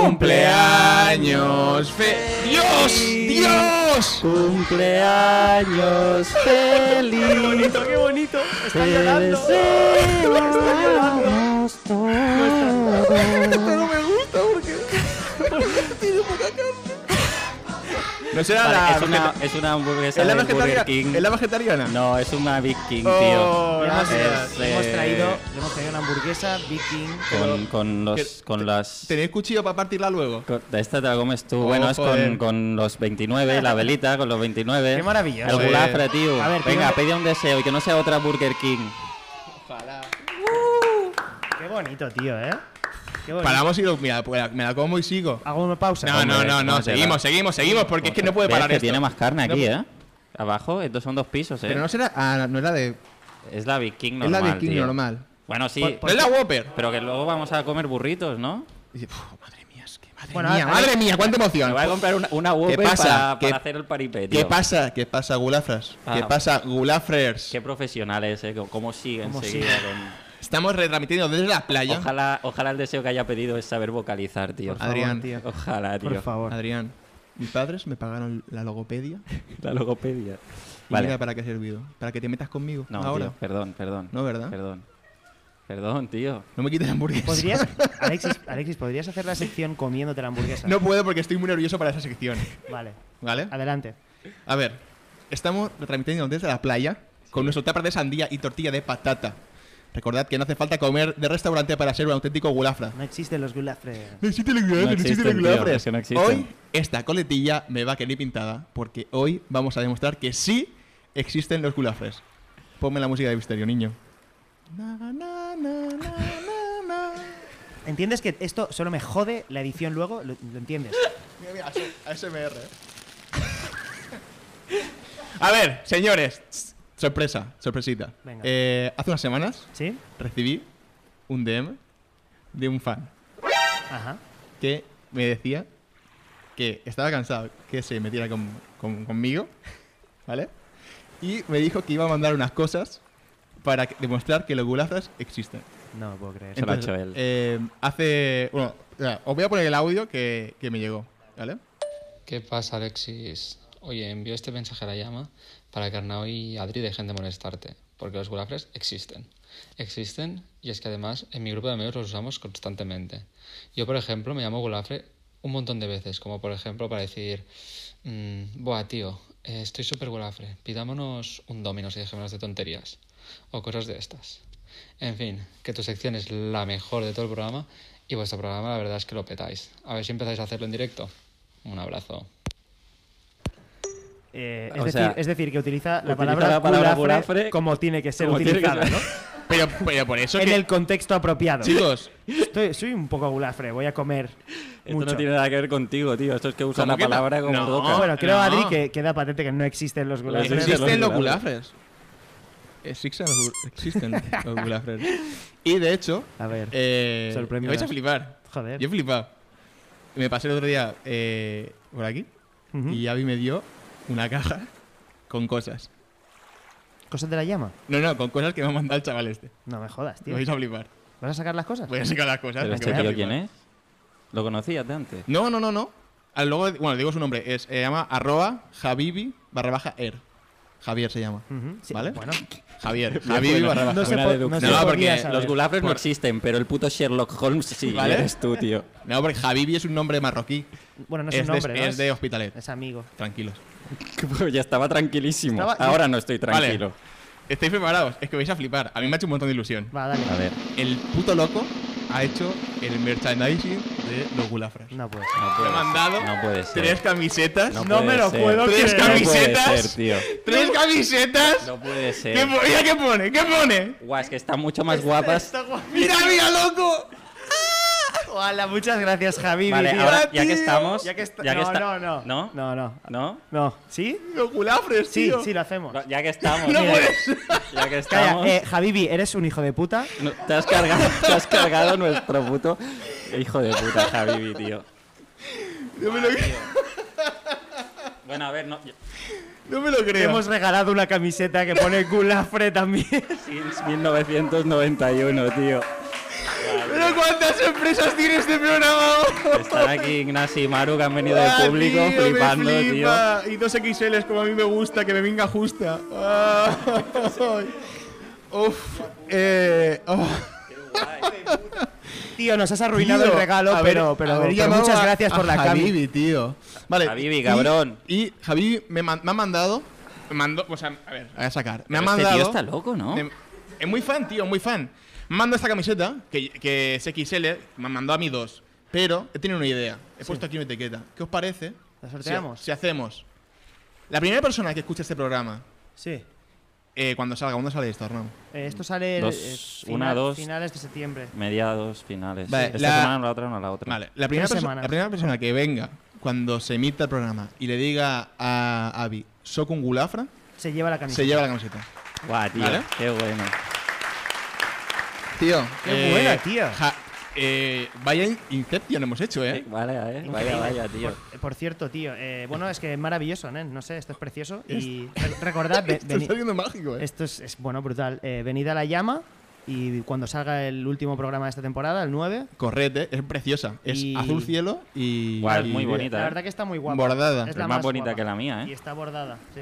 ¡Cumpleaños! ¡Dios! ¡Dios! ¡Cumpleaños feliz! ¡Qué bonito, qué bonito! ¡Está llorando! ¡Está Esto no me gusta porque. Tiene poca carne. No será Vale, la es, una, vegeta- es una hamburguesa ¿Es la del vegetariana? Burger King. ¿Es la vegetariana? No, es una Big King, Oh, tío. Le hemos, Es, le hemos eh, traído, le hemos traído una hamburguesa Viking. Con, con los, con las... ¿Tenéis cuchillo para partirla luego? Esta te la comes tú. Oh, bueno, es joder. con, con los 29, la velita con los 29. Qué maravilloso. El gulafre, Eh, Eh, tío. a ver, Venga, primero- pide un deseo y que no sea otra Burger King. Uh. Qué bonito, tío, ¿eh? Qué bonito. Paramos y lo, mira, pues, me la como y sigo. Hago una pausa. No, no, Hombre, no, no, ¿cómo te seguimos, va? seguimos, seguimos, porque es que no puede Ves parar que esto. tiene más carne No aquí, pu- ¿eh? Abajo, estos son dos pisos, ¿eh? Pero no será. Ah, no era de. Es la Big King Es normal, la Big King tío. normal. Bueno, sí. Por- por- ¿No es la Whopper? Pero que luego vamos a comer burritos, ¿no? Madre Bueno, mía, a- madre mía, cuánta emoción. Me voy a comprar una, una ¿Qué Whopper pasa? para, ¿Qué- para hacer el paripé, tío. ¿Qué pasa? ¿Qué pasa, Gulafras? ¿Qué Ah. pasa, Gulafres? Qué profesionales, ¿eh? Cómo siguen ¿Cómo seguida siguen? con- Estamos retransmitiendo desde la playa. Ojalá, ojalá el deseo que haya pedido es saber vocalizar, tío. Por favor, Adrián. tío. Ojalá, tío. Por favor. Adrián, mis padres me pagaron la logopedia. La logopedia. Y Vale. mira para qué ha servido. Para que te metas conmigo. No, ahora. tío, perdón, perdón. No, ¿verdad? Perdón. Perdón, tío. No me quites la hamburguesa. ¿Podrías, Alexis, Alexis, ¿podrías hacer la sección comiéndote la hamburguesa? No puedo porque estoy muy nervioso para esa sección. Vale. ¿Vale? Adelante. A ver, estamos retransmitiendo desde la playa con nuestro tupper de sandía y tortilla de patata. Recordad que no hace falta comer de restaurante para ser un auténtico gulafra. No existen los gulafres. No existen los gulafres, No no existen los existen, tío, gulafres. es que no existen. hoy esta coletilla me va a querer pintada porque hoy vamos a demostrar que sí existen los gulafres. Ponme la música de misterio, niño. ¿Entiendes que esto solo me jode la edición luego? ¿Lo, lo entiendes? Mira, mira, ASMR. A ver, señores. tss, Sorpresa, sorpresita. Venga. Eh, hace unas semanas ¿Sí? recibí un DM de un fan Ajá. que me decía que estaba cansado que se metiera con- con- conmigo, ¿vale? Y me dijo que iba a mandar unas cosas para que- demostrar que los gulafras existen. No lo puedo creer. Se lo ha Entonces, hecho él. eh, hace. Bueno, o sea, os voy a poner el audio que, que me llegó, ¿vale? ¿Qué pasa, Alexis? Oye, envío este mensaje a la llama para que Arnau y Adri dejen de molestarte, porque los gulafres existen. Existen y es que además en mi grupo de amigos los usamos constantemente. Yo, por ejemplo, me llamo gulafre un montón de veces, como por ejemplo para decir, mm, boa tío, eh, estoy súper gulafre, pidámonos un dominos y dejémonos de tonterías, o cosas de estas. En fin, que tu sección es la mejor de todo el programa y vuestro programa la verdad es que lo petáis. A ver si empezáis a hacerlo en directo. Un abrazo. Eh, O es, sea, decir, es decir, que utiliza la utiliza palabra, la palabra gulafre gulafre como tiene que ser como tiene que utilizada, ser. pues, ¿no? Pero, pero por eso en que. el contexto apropiado. Chicos. Estoy- soy un poco gulafre, voy a comer Esto mucho. no tiene nada que ver contigo, tío. Esto es que usan ¿Cómo la que no? palabra como No. loca. bueno, creo, no. Adri, que queda patente que no existen los gulafres. Existen los gulafres. Existen los, gu- existen los gulafres. Y de hecho, A ver, eh, me sorpréndenos. vais a flipar. Joder. Yo he flipado. Me pasé el otro día eh, por aquí Ujú. y Abby me dio una caja con cosas. ¿Cosas de la llama? No, no, con cosas que me ha mandado el chaval este. No me jodas, tío. Me vais a flipar. ¿Vas a sacar las cosas? Voy a sacar las cosas. ¿Pero porque este vais a tío flipar. quién es? ¿Lo conocías de antes? No, no, no, no. Al- Luego, bueno, digo su nombre. Es, se llama arroba javibi barra baja er. Javier se llama. Ujú, sí, ¿Vale? bueno. Javier. Javibi Buena- barra baja. No se buena po- no deducción. se No, porque podía saber. Los gulafres no Por- existen, pero el puto Sherlock Holmes sí ¿Vale? eres tú, tío. No, porque Javibi es un nombre marroquí. Bueno, no es, un de- nombre, ¿no? es de Hospitalet. Es amigo. Tranquilos. Pues ya estaba tranquilísimo. Estaba- Ahora no estoy tranquilo. Estáis preparados. Es que vais a flipar. A mí me ha hecho un montón de ilusión. Va, dale. A ver, El puto loco ha hecho el merchandising de los gulafras. No puede no Me puede ha ser, mandado No puede ser. tres camisetas. No, No puede me lo ser. puedo Tres No creer. puede camisetas. ser, tío. ¡Tres camisetas! No puede ¿Qué ser. po- mira qué pone, ¿qué pone? Guau, es que están mucho más guapas. ¡Mira, mira, loco! ¡Ah! Hola, muchas gracias, Javi. Vale, tío. ahora ya que tío. estamos. Ya que está- ya que no, está- no, no. ¿No? No, no. ¿No? No. ¿Sí? Los gulafres, Sí, tío. sí, lo hacemos. No, Ya que estamos. No tío. puede Ya que Calla, estamos. eh, Javibi, eres un hijo de puta. No, te, has cargado, te has cargado nuestro puto. Hijo de puta, Javi, tío. No me lo, Bueno, a ver, no. yo- no me lo Te creo. hemos regalado una camiseta que pone gulafre también. Since 1991, tío. Pero cuántas empresas tiene este programa. Están aquí Ignacio y Maru que han venido del Ah, público tío, me flipando, tío. flipa. Y dos XLs como a mí me gusta, que me venga justa. Ah, Uf, eh, oh. Tío, nos has arruinado el regalo, pero, pero, haber pero llamado muchas a- gracias a por la cami. Habibi, tío. Vale. Habibi, y- cabrón. Y, Javi me, man- me ha mandado. Me mandó. O sea, a ver, la voy a sacar. Pero Me ha este mandado. tío está loco, ¿no? me- Em, es muy fan, tío, muy fan. Me manda esta camiseta, que, que es XL, me mandó a mí dos. Pero he tenido una idea. He puesto aquí una etiqueta. ¿Qué os parece? ¿La sorteamos? Si, si hacemos. La primera persona que escuche este programa. Sí. Eh, cuando salga, ¿cuándo sale esto, Arnau? Eh, esto sale el- Dos, eh, fina- una, dos. finales de septiembre. Mediados, finales. Vale, Esta la- semana no la otra, no la otra. Vale, la primera, perso- semanas. la primera persona que venga cuando se emita el programa y le diga a Avi Sokun Gulafra, Se lleva la camiseta. se lleva la camiseta. Guau, tío, ¿Vale? qué bueno. Tío, Qué buena, tía. ja- eh, vaya Inception hemos hecho, ¿eh? Vale, eh. Vaya, Increíble. vaya, tío. Por, por cierto, tío, eh, bueno, es que es maravilloso, ¿no? No sé, esto es precioso. Y re- recordad, ve- Esto veni- está siendo mágico, ¿eh? esto es, es, bueno, brutal. Eh, venid a la llama y cuando salga el último programa de esta temporada, el 9. Correte, es preciosa. Es Y- azul cielo y. Guau, es y- muy bonita, La ¿eh? verdad que está muy guapa. Bordada. Es Es la más más bonita guapa. que la mía, Y ¿eh? está bordada, sí.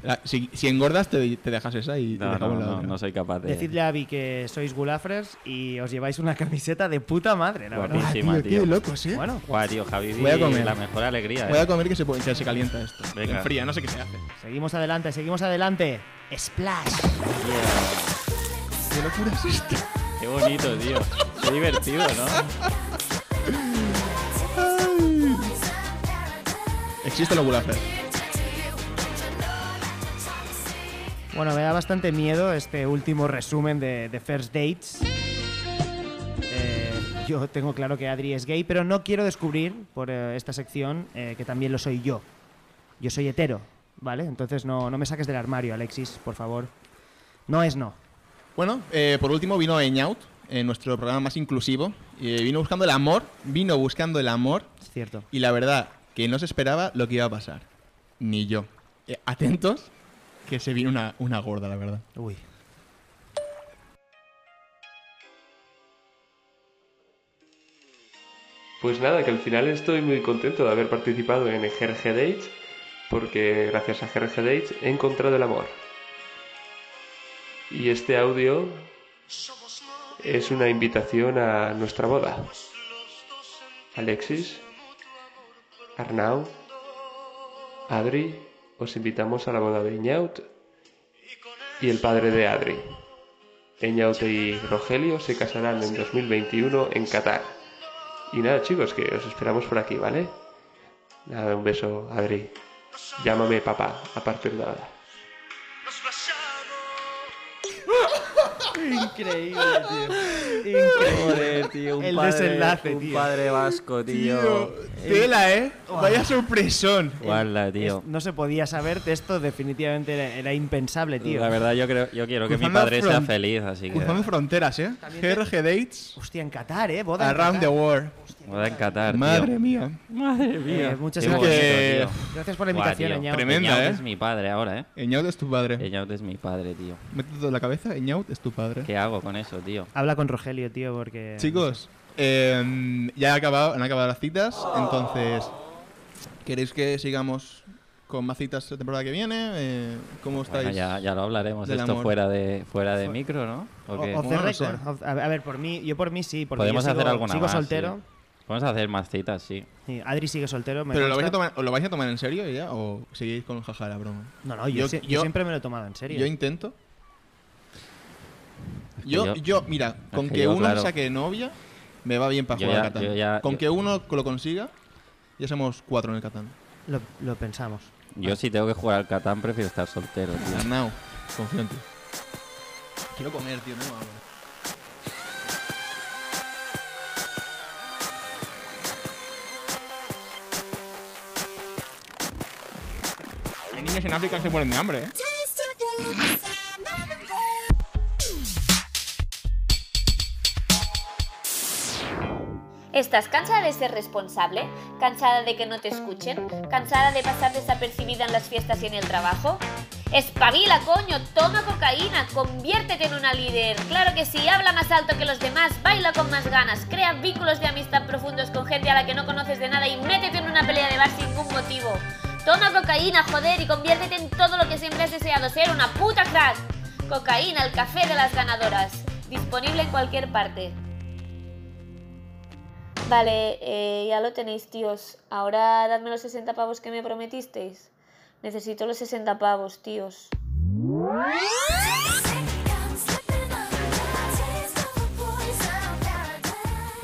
La- si, si engordas, te, te dejas esa y te No, dejamos no, la no, otra. no soy capaz de. Decidle a Abby que sois gulafres y os lleváis una camiseta de puta madre, la verdad. Guapísima, Tío, tío. qué locos, ¿eh? Bueno, Guau, tío, Javi, Voy a comer. la mejor alegría, Voy a eh. comer que se, puede- que se calienta esto. Venga. En fría, no sé qué se hace. seguimos adelante, seguimos adelante. Splash. ¿Qué locura es esto? Qué bonito, tío. Qué divertido, ¿no? Existe lo Gulafra. Bueno, me da bastante miedo este último resumen de, de First Dates. Eh, yo tengo claro que Adri es gay, pero no quiero descubrir por eh, esta sección eh, que también lo soy yo. Yo soy hetero, ¿vale? Entonces no, no me saques del armario, Alexis, por favor. No es no. Bueno, eh, por último vino Eñaut, en nuestro programa más inclusivo. y, eh, vino buscando el amor, vino buscando el amor. Es cierto. Y la verdad, que no se esperaba lo que iba a pasar. Ni yo. Eh, atentos, que se vino una, una gorda, la verdad. Uy. Pues nada, que al final estoy muy contento de haber participado en GRG Dates, porque gracias a GRG Dates he encontrado el amor. Y este audio es una invitación a nuestra boda. Alexis, Arnau, Adri, os invitamos a la boda de Iñaut y el padre de Adri. Iñaut y Rogelio se casarán en 2021 en Qatar. Y nada, chicos, que os esperamos por aquí, ¿vale? Nada, un beso, Adri. Llámame papá a partir de ahora. Increíble, tío. Increíble, tío. El desenlace, un tío. padre vasco, tío. Tela, ¿eh? Uah. Vaya sorpresón. Guarda, tío. Es- no se podía saber de esto, definitivamente era, era impensable, tío. La verdad, yo creo, yo quiero que mi Cruzando padre sea fron- feliz, así que. Cruzando fronteras, ¿eh? También te- GRG Dates Hostia, en Qatar, ¿eh? Boda en around Qatar. the world. Voy a encatar, tío. Madre mía. Madre mía. Eh, muchas Qué gracias. bonito, tío. Gracias por la Guau, invitación, tío. Eñaut. Tremenda, Eñaut ¿eh? es mi padre ahora, ¿eh? Eñaut es tu padre. Eñaut es mi padre, tío. Métete en la cabeza, Eñaut es tu padre. ¿Qué hago con eso, tío? Habla con Rogelio, tío, porque... Chicos, eh, ya ha acabado, han acabado las citas, entonces, ¿queréis que sigamos con más citas la temporada que viene? Eh, ¿Cómo estáis? Bueno, ya, ya lo hablaremos del esto amor? fuera de fuera de micro, ¿no? ¿O O- qué? Off the Bueno, no sé. record. Off- a a ver, por mí, yo por mí sí, porque Podemos yo sigo, hacer alguna sigo más, soltero. sí. Podemos hacer más citas, sí. Sí, Adri sigue soltero. me ¿Pero lo vais, a consta. tomar, os lo vais a tomar en serio ya o seguís con jaja la broma? No, no, yo, si- yo siempre me lo he tomado en serio. Yo intento. que Yo, yo- yo, mira, con que que, yo, uno claro. me saque novia, me va bien para Yo jugar ya- al yo Catán. ya- con yo- que uno lo consiga, ya somos cuatro en el Catán. lo, lo pensamos. Yo si tengo que jugar al Catán prefiero estar soltero, tío. Ah. Arnau, confío en ti. Quiero comer, tío, no me hago. Los niños en África se mueren de hambre, ¿eh? ¿Estás cansada de ser responsable? ¿Cansada de que no te escuchen? ¿Cansada de pasar desapercibida en las fiestas y en el trabajo? ¡Espabila, coño! ¡Toma cocaína! ¡Conviértete en una líder! ¡Claro que sí! Habla más alto que los demás, baila con más ganas, crea vínculos de amistad profundos con gente a la que no conoces de nada y métete en una pelea de bar sin ningún motivo. Toma cocaína, joder, y conviértete en todo lo que siempre has deseado ser, una puta crack. Cocaína, el café de las ganadoras. Disponible en cualquier parte. Vale, eh, ya lo tenéis, tíos. Ahora dadme los 60 pavos que me prometisteis. Necesito los 60 pavos, tíos.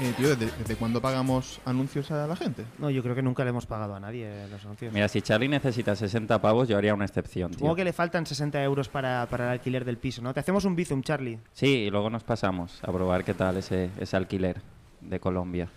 Eh, tío, ¿desde, desde cuándo pagamos anuncios a la gente? No, yo creo que nunca le hemos pagado a nadie eh, los anuncios. Mira, si Charlie necesita 60 pavos, yo haría una excepción, Supongo tío. que le faltan 60 euros para, para el alquiler del piso, ¿no? Te hacemos un bizum, Charlie. Sí, y luego nos pasamos a probar qué tal ese, ese alquiler de Colombia.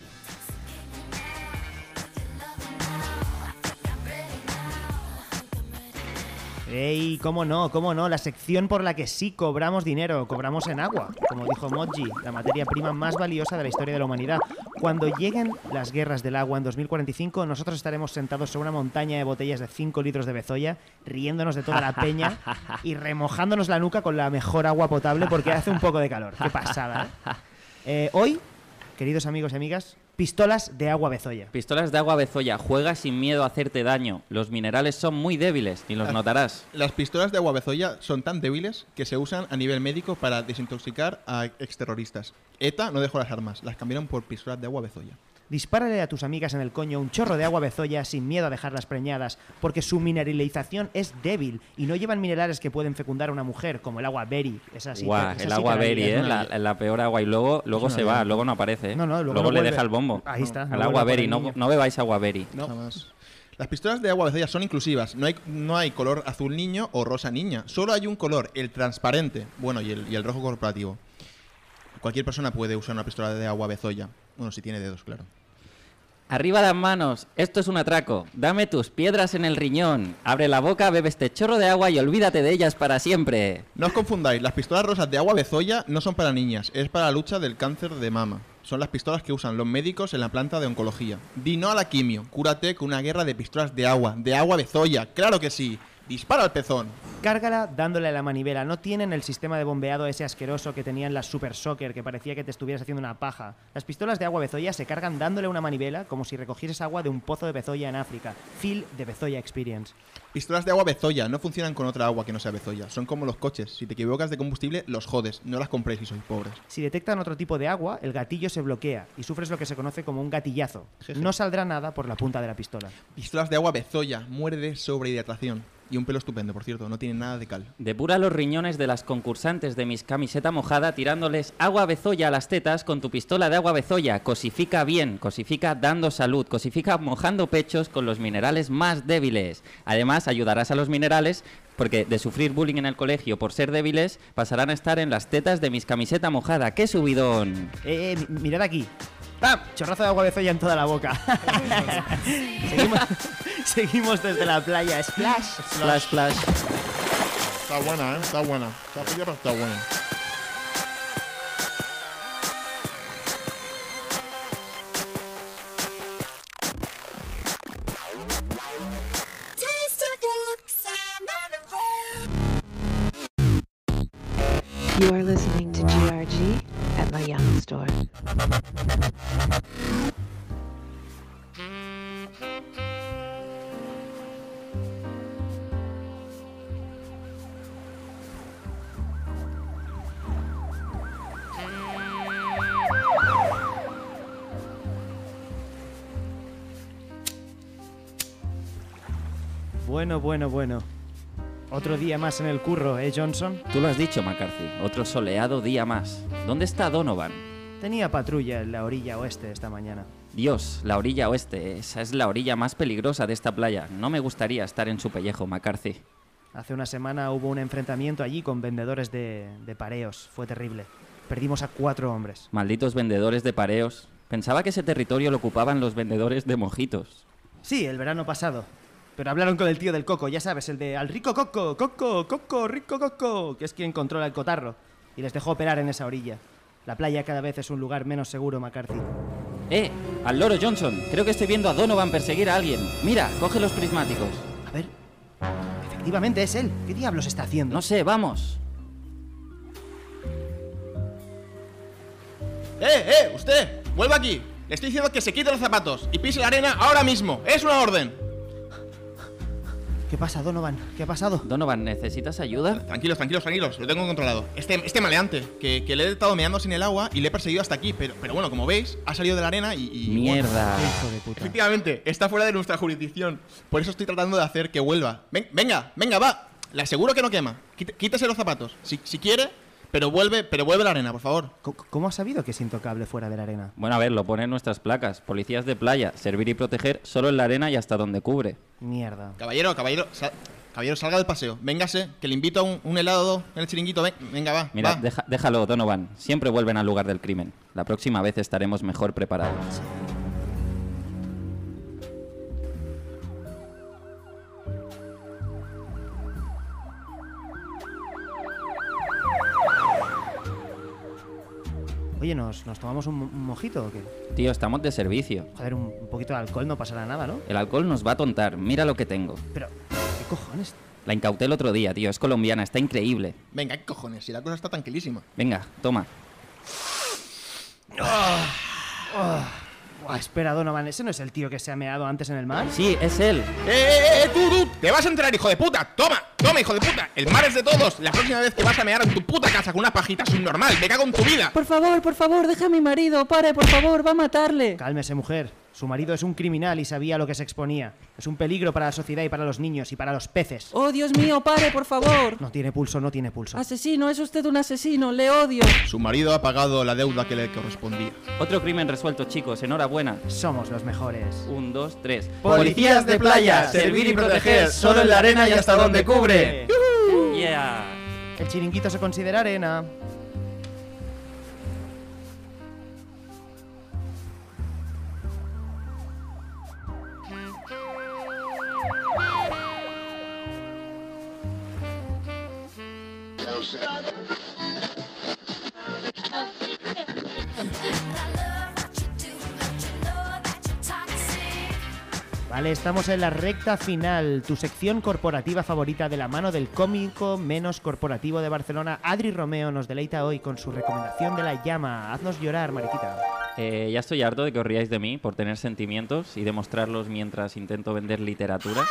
Ey, cómo no, cómo no, la sección por la que sí cobramos dinero, cobramos en agua, como dijo Moji, la materia prima más valiosa de la historia de la humanidad. Cuando lleguen las guerras del agua en 2045, nosotros estaremos sentados sobre una montaña de botellas de 5 litros de bezoya, riéndonos de toda la peña y remojándonos la nuca con la mejor agua potable porque hace un poco de calor. Qué pasada. ¿eh? Eh, hoy, queridos amigos y amigas, pistolas de agua bezoya. Pistolas de agua bezoya, juega sin miedo a hacerte daño. Los minerales son muy débiles y los Las- notarás. Las pistolas de agua bezoya son tan débiles que se usan a nivel médico para desintoxicar a exterroristas. ETA no dejó las armas, las cambiaron por pistolas de agua bezoya. Dispárale a tus amigas en el coño un chorro de agua bezoya sin miedo a dejarlas preñadas, porque su mineralización es débil y no llevan minerales que pueden fecundar a una mujer, como el agua berry. Esa sí, Guau, esa el sí agua te la berry, lías, ¿eh? ¿no? La, la peor agua. Y luego, luego una se va, mierda. luego no aparece. ¿eh? No, no, luego no le vuelve. deja el bombo. Ahí está, no Al vuelve agua a por berry, el no, niño. no bebáis agua berry. Jamás. Las pistolas de agua bezoya son inclusivas, no hay, no hay color azul niño o rosa niña, solo hay un color, el transparente, bueno, y el, y el rojo corporativo. Cualquier persona puede usar una pistola de agua bezoya, bueno, si tiene dedos, claro. Arriba las manos, esto es un atraco. Dame tus piedras en el riñón. Abre la boca, bebe este chorro de agua y olvídate de ellas para siempre. No os confundáis, las pistolas rosas de agua bezoya no son para niñas, es para la lucha del cáncer de mama. Son las pistolas que usan los médicos en la planta de oncología. Di no a la quimio, cúrate con una guerra de pistolas de agua, de agua bezoya, claro que sí. Dispara al pezón. Cárgala dándole a la manivela. No tienen el sistema de bombeado ese asqueroso que tenían las Super Soccer, que parecía que te estuvieras haciendo una paja. Las pistolas de agua bezoya se cargan dándole una manivela como si recogieras agua de un pozo de bezoya en África. Feel de Bezoya Experience. Pistolas de agua bezoya no funcionan con otra agua que no sea bezoya. Son como los coches, si te equivocas de combustible los jodes, no las compréis si sois pobres. Si detectan otro tipo de agua, el gatillo se bloquea y sufres lo que se conoce como un gatillazo. No saldrá nada por la punta de la pistola. Pistolas de agua bezoya, muere de sobrehidratación. Y un pelo estupendo, por cierto, no tiene nada de cal. Depura los riñones de las concursantes de mis camiseta mojada tirándoles agua bezoya a las tetas con tu pistola de agua bezoya. Cosifica bien, cosifica dando salud, cosifica mojando pechos con los minerales más débiles. Además, ayudarás a los minerales porque de sufrir bullying en el colegio por ser débiles pasarán a estar en las tetas de mis camiseta mojada. ¡Qué subidón! Eh, eh, mi- mirad aquí. ¡Pam! Chorrazo de agua bezoya en toda la boca. seguimos, seguimos desde la playa. Splash, Splash, splash. Está buena, ¿eh? Está buena. Está pilla, pero está buena. You are listening to GRG at my young store. Bueno, bueno, bueno. Otro día más en el curro, ¿eh, Johnson? Tú lo has dicho, McCarthy. Otro soleado día más. ¿Dónde está Donovan? Tenía patrulla en la orilla oeste esta mañana. Dios, la orilla oeste. Esa es la orilla más peligrosa de esta playa. No me gustaría estar en su pellejo, McCarthy. Hace una semana hubo un enfrentamiento allí con vendedores de, de pareos. Fue terrible. Perdimos a cuatro hombres. Malditos vendedores de pareos. Pensaba que ese territorio lo ocupaban los vendedores de mojitos. Sí, el verano pasado. Pero hablaron con el tío del coco, ya sabes, el de al rico coco, coco, coco, rico coco, que es quien controla el cotarro. Y les dejó operar en esa orilla. La playa cada vez es un lugar menos seguro, McCarthy. ¡Eh! ¡Al loro Johnson! Creo que estoy viendo a Donovan perseguir a alguien. Mira, coge los prismáticos. Efectivamente, es él. ¿Qué diablos está haciendo? No sé, vamos. ¡Eh, eh! ¡Usted! ¡Vuelva aquí! Le estoy diciendo que se quite los zapatos y pise la arena ahora mismo. ¡Es una orden! ¿Qué pasa, Donovan? ¿Qué ha pasado? Donovan, ¿necesitas ayuda? Tranquilos, tranquilos, tranquilos, lo tengo controlado. Este, este maleante, que, que le he estado meando sin el agua y le he perseguido hasta aquí, pero, pero bueno, como veis, ha salido de la arena y. y Mierda. bueno. Hijo de puta. Efectivamente, está fuera de nuestra jurisdicción. Por eso estoy tratando de hacer que vuelva. Ven- venga, venga, va. Le aseguro que no quema. Quite- Quítese los zapatos, si, si quiere, pero vuelve, pero vuelve a la arena, por favor. ¿Cómo has sabido que es intocable fuera de la arena? Bueno, a ver, lo ponen nuestras placas. Policías de playa, servir y proteger solo en la arena y hasta donde cubre. Mierda. Caballero, caballero, sal- caballero, salga del paseo. Véngase, que le invito a un, un helado en el chiringuito. Ven- venga, va. Mira, va. deja- déjalo, Donovan. Siempre vuelven al lugar del crimen. La próxima vez estaremos mejor preparados. Oye, ¿nos, nos tomamos un, mo- un mojito o qué? Tío, estamos de servicio. Joder, un, un poquito de alcohol no pasará nada, ¿no? El alcohol nos va a tontar. Mira lo que tengo. Pero, ¿qué cojones? La incauté el otro día, tío. Es colombiana, está increíble. Venga, ¿qué cojones? Si la cosa está tranquilísima. Venga, toma. Oh, buah, Ah, espera, Donovan, ¿ese no es el tío que se ha meado antes en el mar? Sí, es él. ¡Eh, eh, eh, eh, tú, tú! ¡Te vas a entrar, hijo de puta! ¡Toma! ¡Toma, hijo de puta! ¡El mar es de todos! La próxima vez que vas a mear en tu puta casa con una pajita subnormal, me cago en tu vida. Por favor, por favor, deja a mi marido, pare, por favor, va a matarle. Cálmese, mujer. Su marido es un criminal y sabía a lo que se exponía. Es un peligro para la sociedad y para los niños y para los peces. Oh, Dios mío, pare, por favor. No tiene pulso, no tiene pulso. Asesino, es usted un asesino, le odio. Su marido ha pagado la deuda que le correspondía. Otro crimen resuelto, chicos. Enhorabuena. Somos los mejores. Un, dos, tres. Policías de playa, servir y proteger, solo en la arena y hasta donde cubre. Yeah. El chiringuito se considera arena. Vale, estamos en la recta final. Tu sección corporativa favorita de la mano del cómico menos corporativo de Barcelona, Adri Romeo, nos deleita hoy con su recomendación de la llama. Haznos llorar, mariquita. Eh, ya estoy harto de que os riáis de mí por tener sentimientos y demostrarlos mientras intento vender literatura.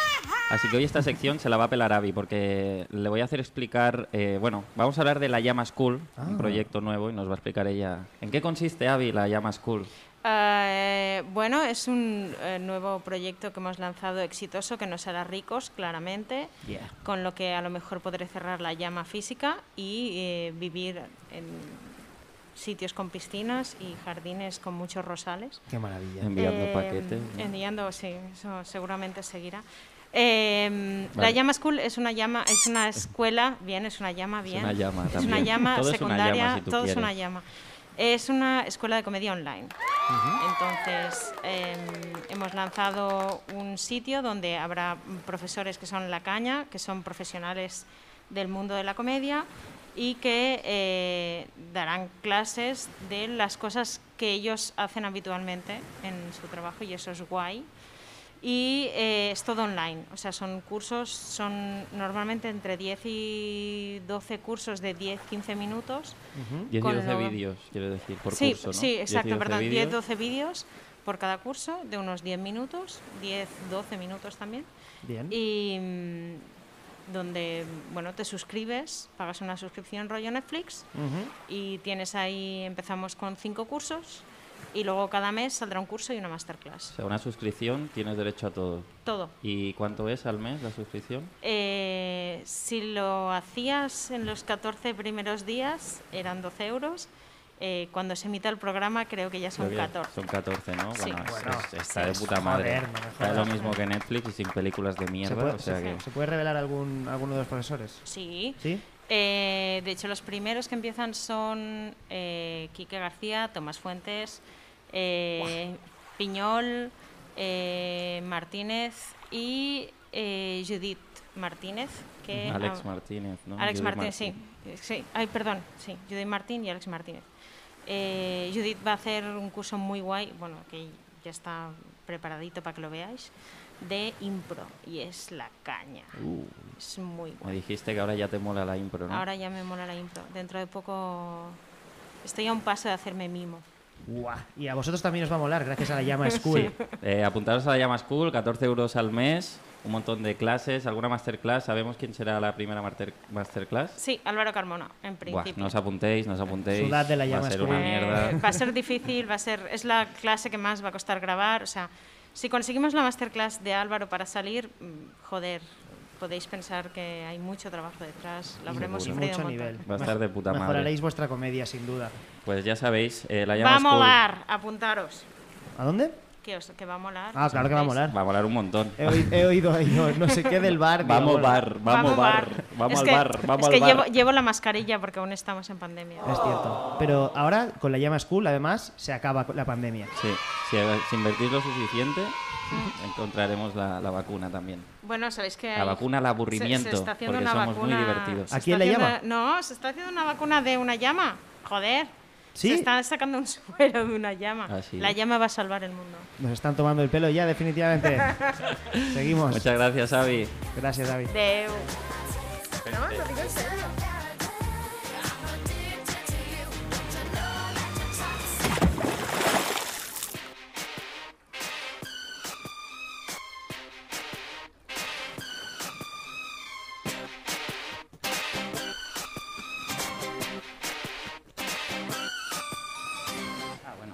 Así que hoy esta sección se la va a pelar Avi porque le voy a hacer explicar. eh, bueno, vamos a hablar de la Llama School, Ah. un proyecto nuevo, y nos va a explicar ella. ¿En qué consiste, Avi, la Llama School? Eh, bueno, es un eh, nuevo proyecto que hemos lanzado exitoso que nos hará ricos, claramente, Yeah. con lo que a lo mejor podré cerrar la llama física y eh, vivir en sitios con piscinas y jardines con muchos rosales. Qué maravilla. Enviando Eh, paquetes. Enviando, sí, eso seguramente seguirá. Eh, La Vale. llama school es una llama, es una escuela, bien, es una llama, bien. una llama Es una también. llama Todo es una llama, secundaria, si tú todo es una quieres. llama. Es una escuela de comedia online. Entonces, eh, hemos lanzado un sitio donde habrá profesores que son la caña, que son profesionales del mundo de la comedia y que eh, darán clases de las cosas que ellos hacen habitualmente en su trabajo y eso es guay. Y eh, es todo online, o sea, son cursos, son normalmente entre 10 y 12 cursos de 10-15 minutos. 10 y con 12 lo- vídeos, quiero decir, por sí, curso, ¿no? Sí, 10 y exacto, 12 perdón. 10, vídeos. 12 vídeos por cada curso, de unos 10 minutos, 10, 12 minutos también. Bien. Y mm, donde, bueno, te suscribes, pagas una suscripción rollo Netflix Mm. Ujú. y tienes ahí, empezamos con 5 cursos y luego cada mes saldrá un curso y una masterclass. O sea, una suscripción tienes derecho a todo. Todo. ¿Y cuánto es al mes la suscripción? Eh, si lo hacías en los 14 primeros días, eran 12 euros. Eh, cuando se emita el programa, creo que ya son Creo que 14. Son 14, ¿no? Sí. Bueno, es- Bueno, es- está sí, de es- puta madre. joder, no me está de lo jodas. mismo que Netflix y sin películas de mierda. ¿Se puede, o sea se- que... se puede revelar algún, alguno de los profesores? Sí. ¿Sí? Eh, de hecho, los primeros que empiezan son eh, Quique García, Tomás Fuentes, eh, Piñol, eh, Martínez y eh, Judith Martínez. Que Alex ha- Martínez, ¿no? Alex Judith Martínez, Martín. sí. Eh, sí. Ay, perdón, sí. Judith Martín y Alex Martínez. Eh, Judith va a hacer un curso muy guay, bueno, que ya está preparadito para que lo veáis, de impro. Y es la caña. Uh. Es muy guay. Me dijiste que ahora ya te mola la impro, ¿no? Ahora ya me mola la impro. Dentro de poco estoy a un paso de hacerme mimo. Buah, Y a vosotros también os va a molar, gracias a la llama School. Eh, apuntaros a la Llama School, 14 euros al mes. un montón de clases, alguna masterclass. ¿Sabemos quién será la primera master- masterclass? Sí, Álvaro Carmona, Buah, en principio. no os apuntéis, no os apuntéis. Sudad de la Va llama a ser una azul. mierda. Eh, va a ser difícil, va a ser, es la clase que más va a costar grabar. O sea, si conseguimos la masterclass de Álvaro para salir, mm, joder, podéis pensar que hay mucho trabajo detrás. Lo habremos Seguro. sufrido Mucho un montón. nivel. Va a estar de puta madre. Mejoraréis vuestra comedia, sin duda. Pues ya sabéis, eh, la Va llama a School- molar, apuntaros. ¿A dónde? Que, os- que va a molar. Ah, claro que va a molar. Va a molar un montón. He, oí- he oído ahí, no, no sé qué del bar. digo, Vamos bueno. bar, vamos bar, vamos Es al que- bar, vamos es que al bar. Llevo, llevo la mascarilla porque aún estamos en pandemia. Es cierto. Pero ahora, con la llama school, además, se acaba la pandemia. Sí, si, si invertís lo suficiente, Mm. encontraremos la, la vacuna también. Bueno, sabéis que La hay- vacuna al se- aburrimiento, se está haciendo porque una somos muy vacuna- divertidos. se ¿A quién está le haciendo- No, se está haciendo una vacuna de una llama. Joder. ¿Sí? Se está sacando un suero de una llama. Ah, sí. La llama va a salvar el mundo. Nos están tomando el pelo ya, definitivamente. Seguimos. Muchas gracias, Avi. Gracias, David. Deu.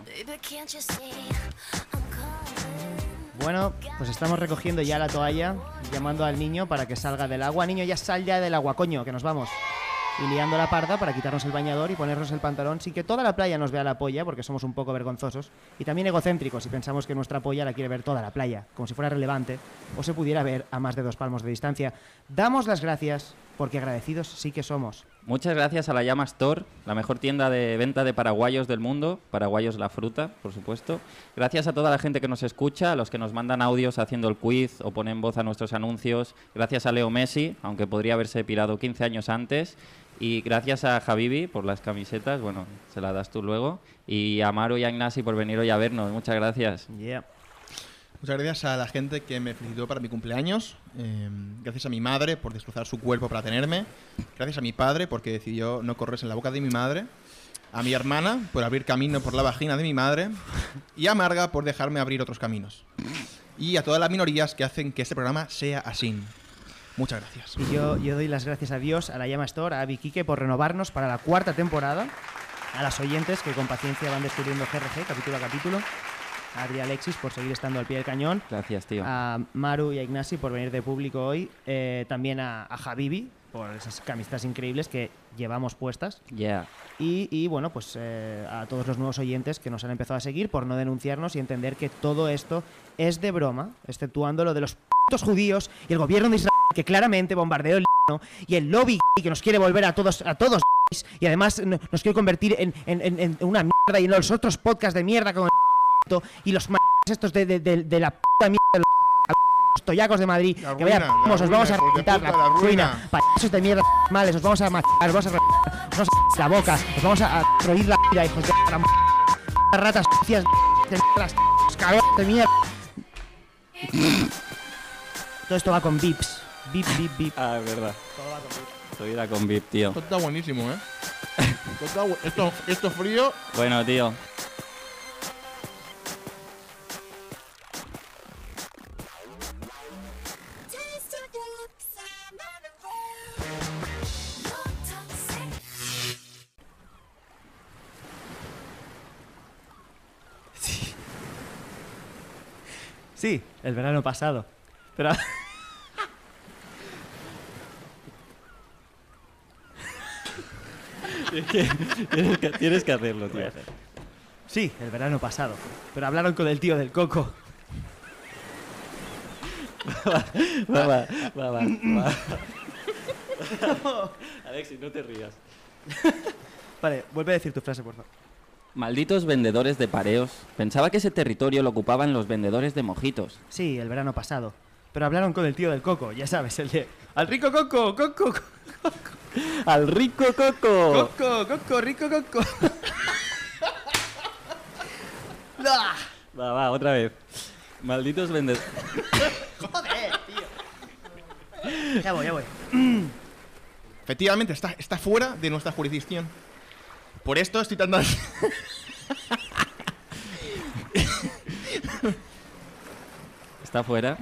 Baby, can't you see? Bueno, pues estamos recogiendo ya la toalla, llamando al niño para que salga del agua. Niño, ya sal ya del agua, coño, que nos vamos. Y liando la parda para quitarnos el bañador y ponernos el pantalón sin que toda la playa nos vea la polla, porque somos un poco vergonzosos. Y también egocéntricos y pensamos que nuestra polla la quiere ver toda la playa, como si fuera relevante o se pudiera ver a más de dos palmos de distancia. Damos las gracias, porque agradecidos sí que somos. Muchas gracias a la Llama Store, la mejor tienda de venta de paraguayos del mundo, paraguayos la fruta, por supuesto. Gracias a toda la gente que nos escucha, a los que nos mandan audios haciendo el quiz o ponen voz a nuestros anuncios. Gracias a Leo Messi, aunque podría haberse pirado 15 años antes. Y gracias a Javibi por las camisetas, bueno, se las das tú luego. Y a Maru y a Ignasi por venir hoy a vernos, muchas gracias. Muchas gracias a la gente que me felicitó para mi cumpleaños. Eh, gracias a mi madre por destrozar su cuerpo para tenerme. Gracias a mi padre porque decidió no correrse en la boca de mi madre. A mi hermana por abrir camino por la vagina de mi madre. Y a Marga por dejarme abrir otros caminos. Y a todas las minorías que hacen que este programa sea así. Muchas gracias. Y yo, yo doy las gracias a Dios, a la Llama Store, a Viquique por renovarnos para la cuarta temporada, a las oyentes que con paciencia van descubriendo GRG capítulo a capítulo, a Adri Alexis por seguir estando al pie del cañón, Gracias, tío. a Maru y a Ignasi por venir de público hoy, eh, también a, a Javibi por esas camisetas increíbles que llevamos puestas. Yeah. Y, y, bueno, pues eh, a todos los nuevos oyentes que nos han empezado a seguir por no denunciarnos y entender que todo esto es de broma, exceptuando lo de los putos judíos y el gobierno de Israel que claramente bombardeó el y el lobby gay que nos quiere volver a todos a todos gays, y además no- nos quiere convertir en, en- en- en una mierda y en los otros podcasts de mierda con el y los m- estos de, de- de- de la puta mierda de los, los toyacos de Madrid La que vaya ruina, la vamos, os vamos a ruina, hijos de reventar la, puta, la ruina. ruina payasos de mierda males os vamos a matar os vamos a reventar, os vamos a la boca os vamos a prohibir la vida hijos de la m- ratas sucias de mierda, los cabrones de mierda todo esto va con bips bip bip bip ah es verdad Soy la con VIP, tío. Esto está buenísimo, ¿eh? Esto, está bu- esto, esto frío. Bueno, tío, Sí, el verano pasado. Pero. Es que tienes, que tienes que hacerlo, tío. Sí, el verano pasado. Pero hablaron con el tío del coco. Va, va, va, va, va. Alexis, no te rías. Vale, vuelve a decir tu frase, por favor. Malditos vendedores de pareos. Pensaba que ese territorio lo ocupaban los vendedores de mojitos. Sí, el verano pasado. Pero hablaron con el tío del coco, ya sabes, el de. ¡Al rico coco! ¡Coco! coco, ¡Al rico coco! ¡Coco! ¡Coco! ¡Rico coco! Va, va, otra vez. Malditos vendedores. ¡Joder, tío! Ya voy, ya voy. Efectivamente, está, está fuera de nuestra jurisdicción. Por esto estoy tan... Está fuera.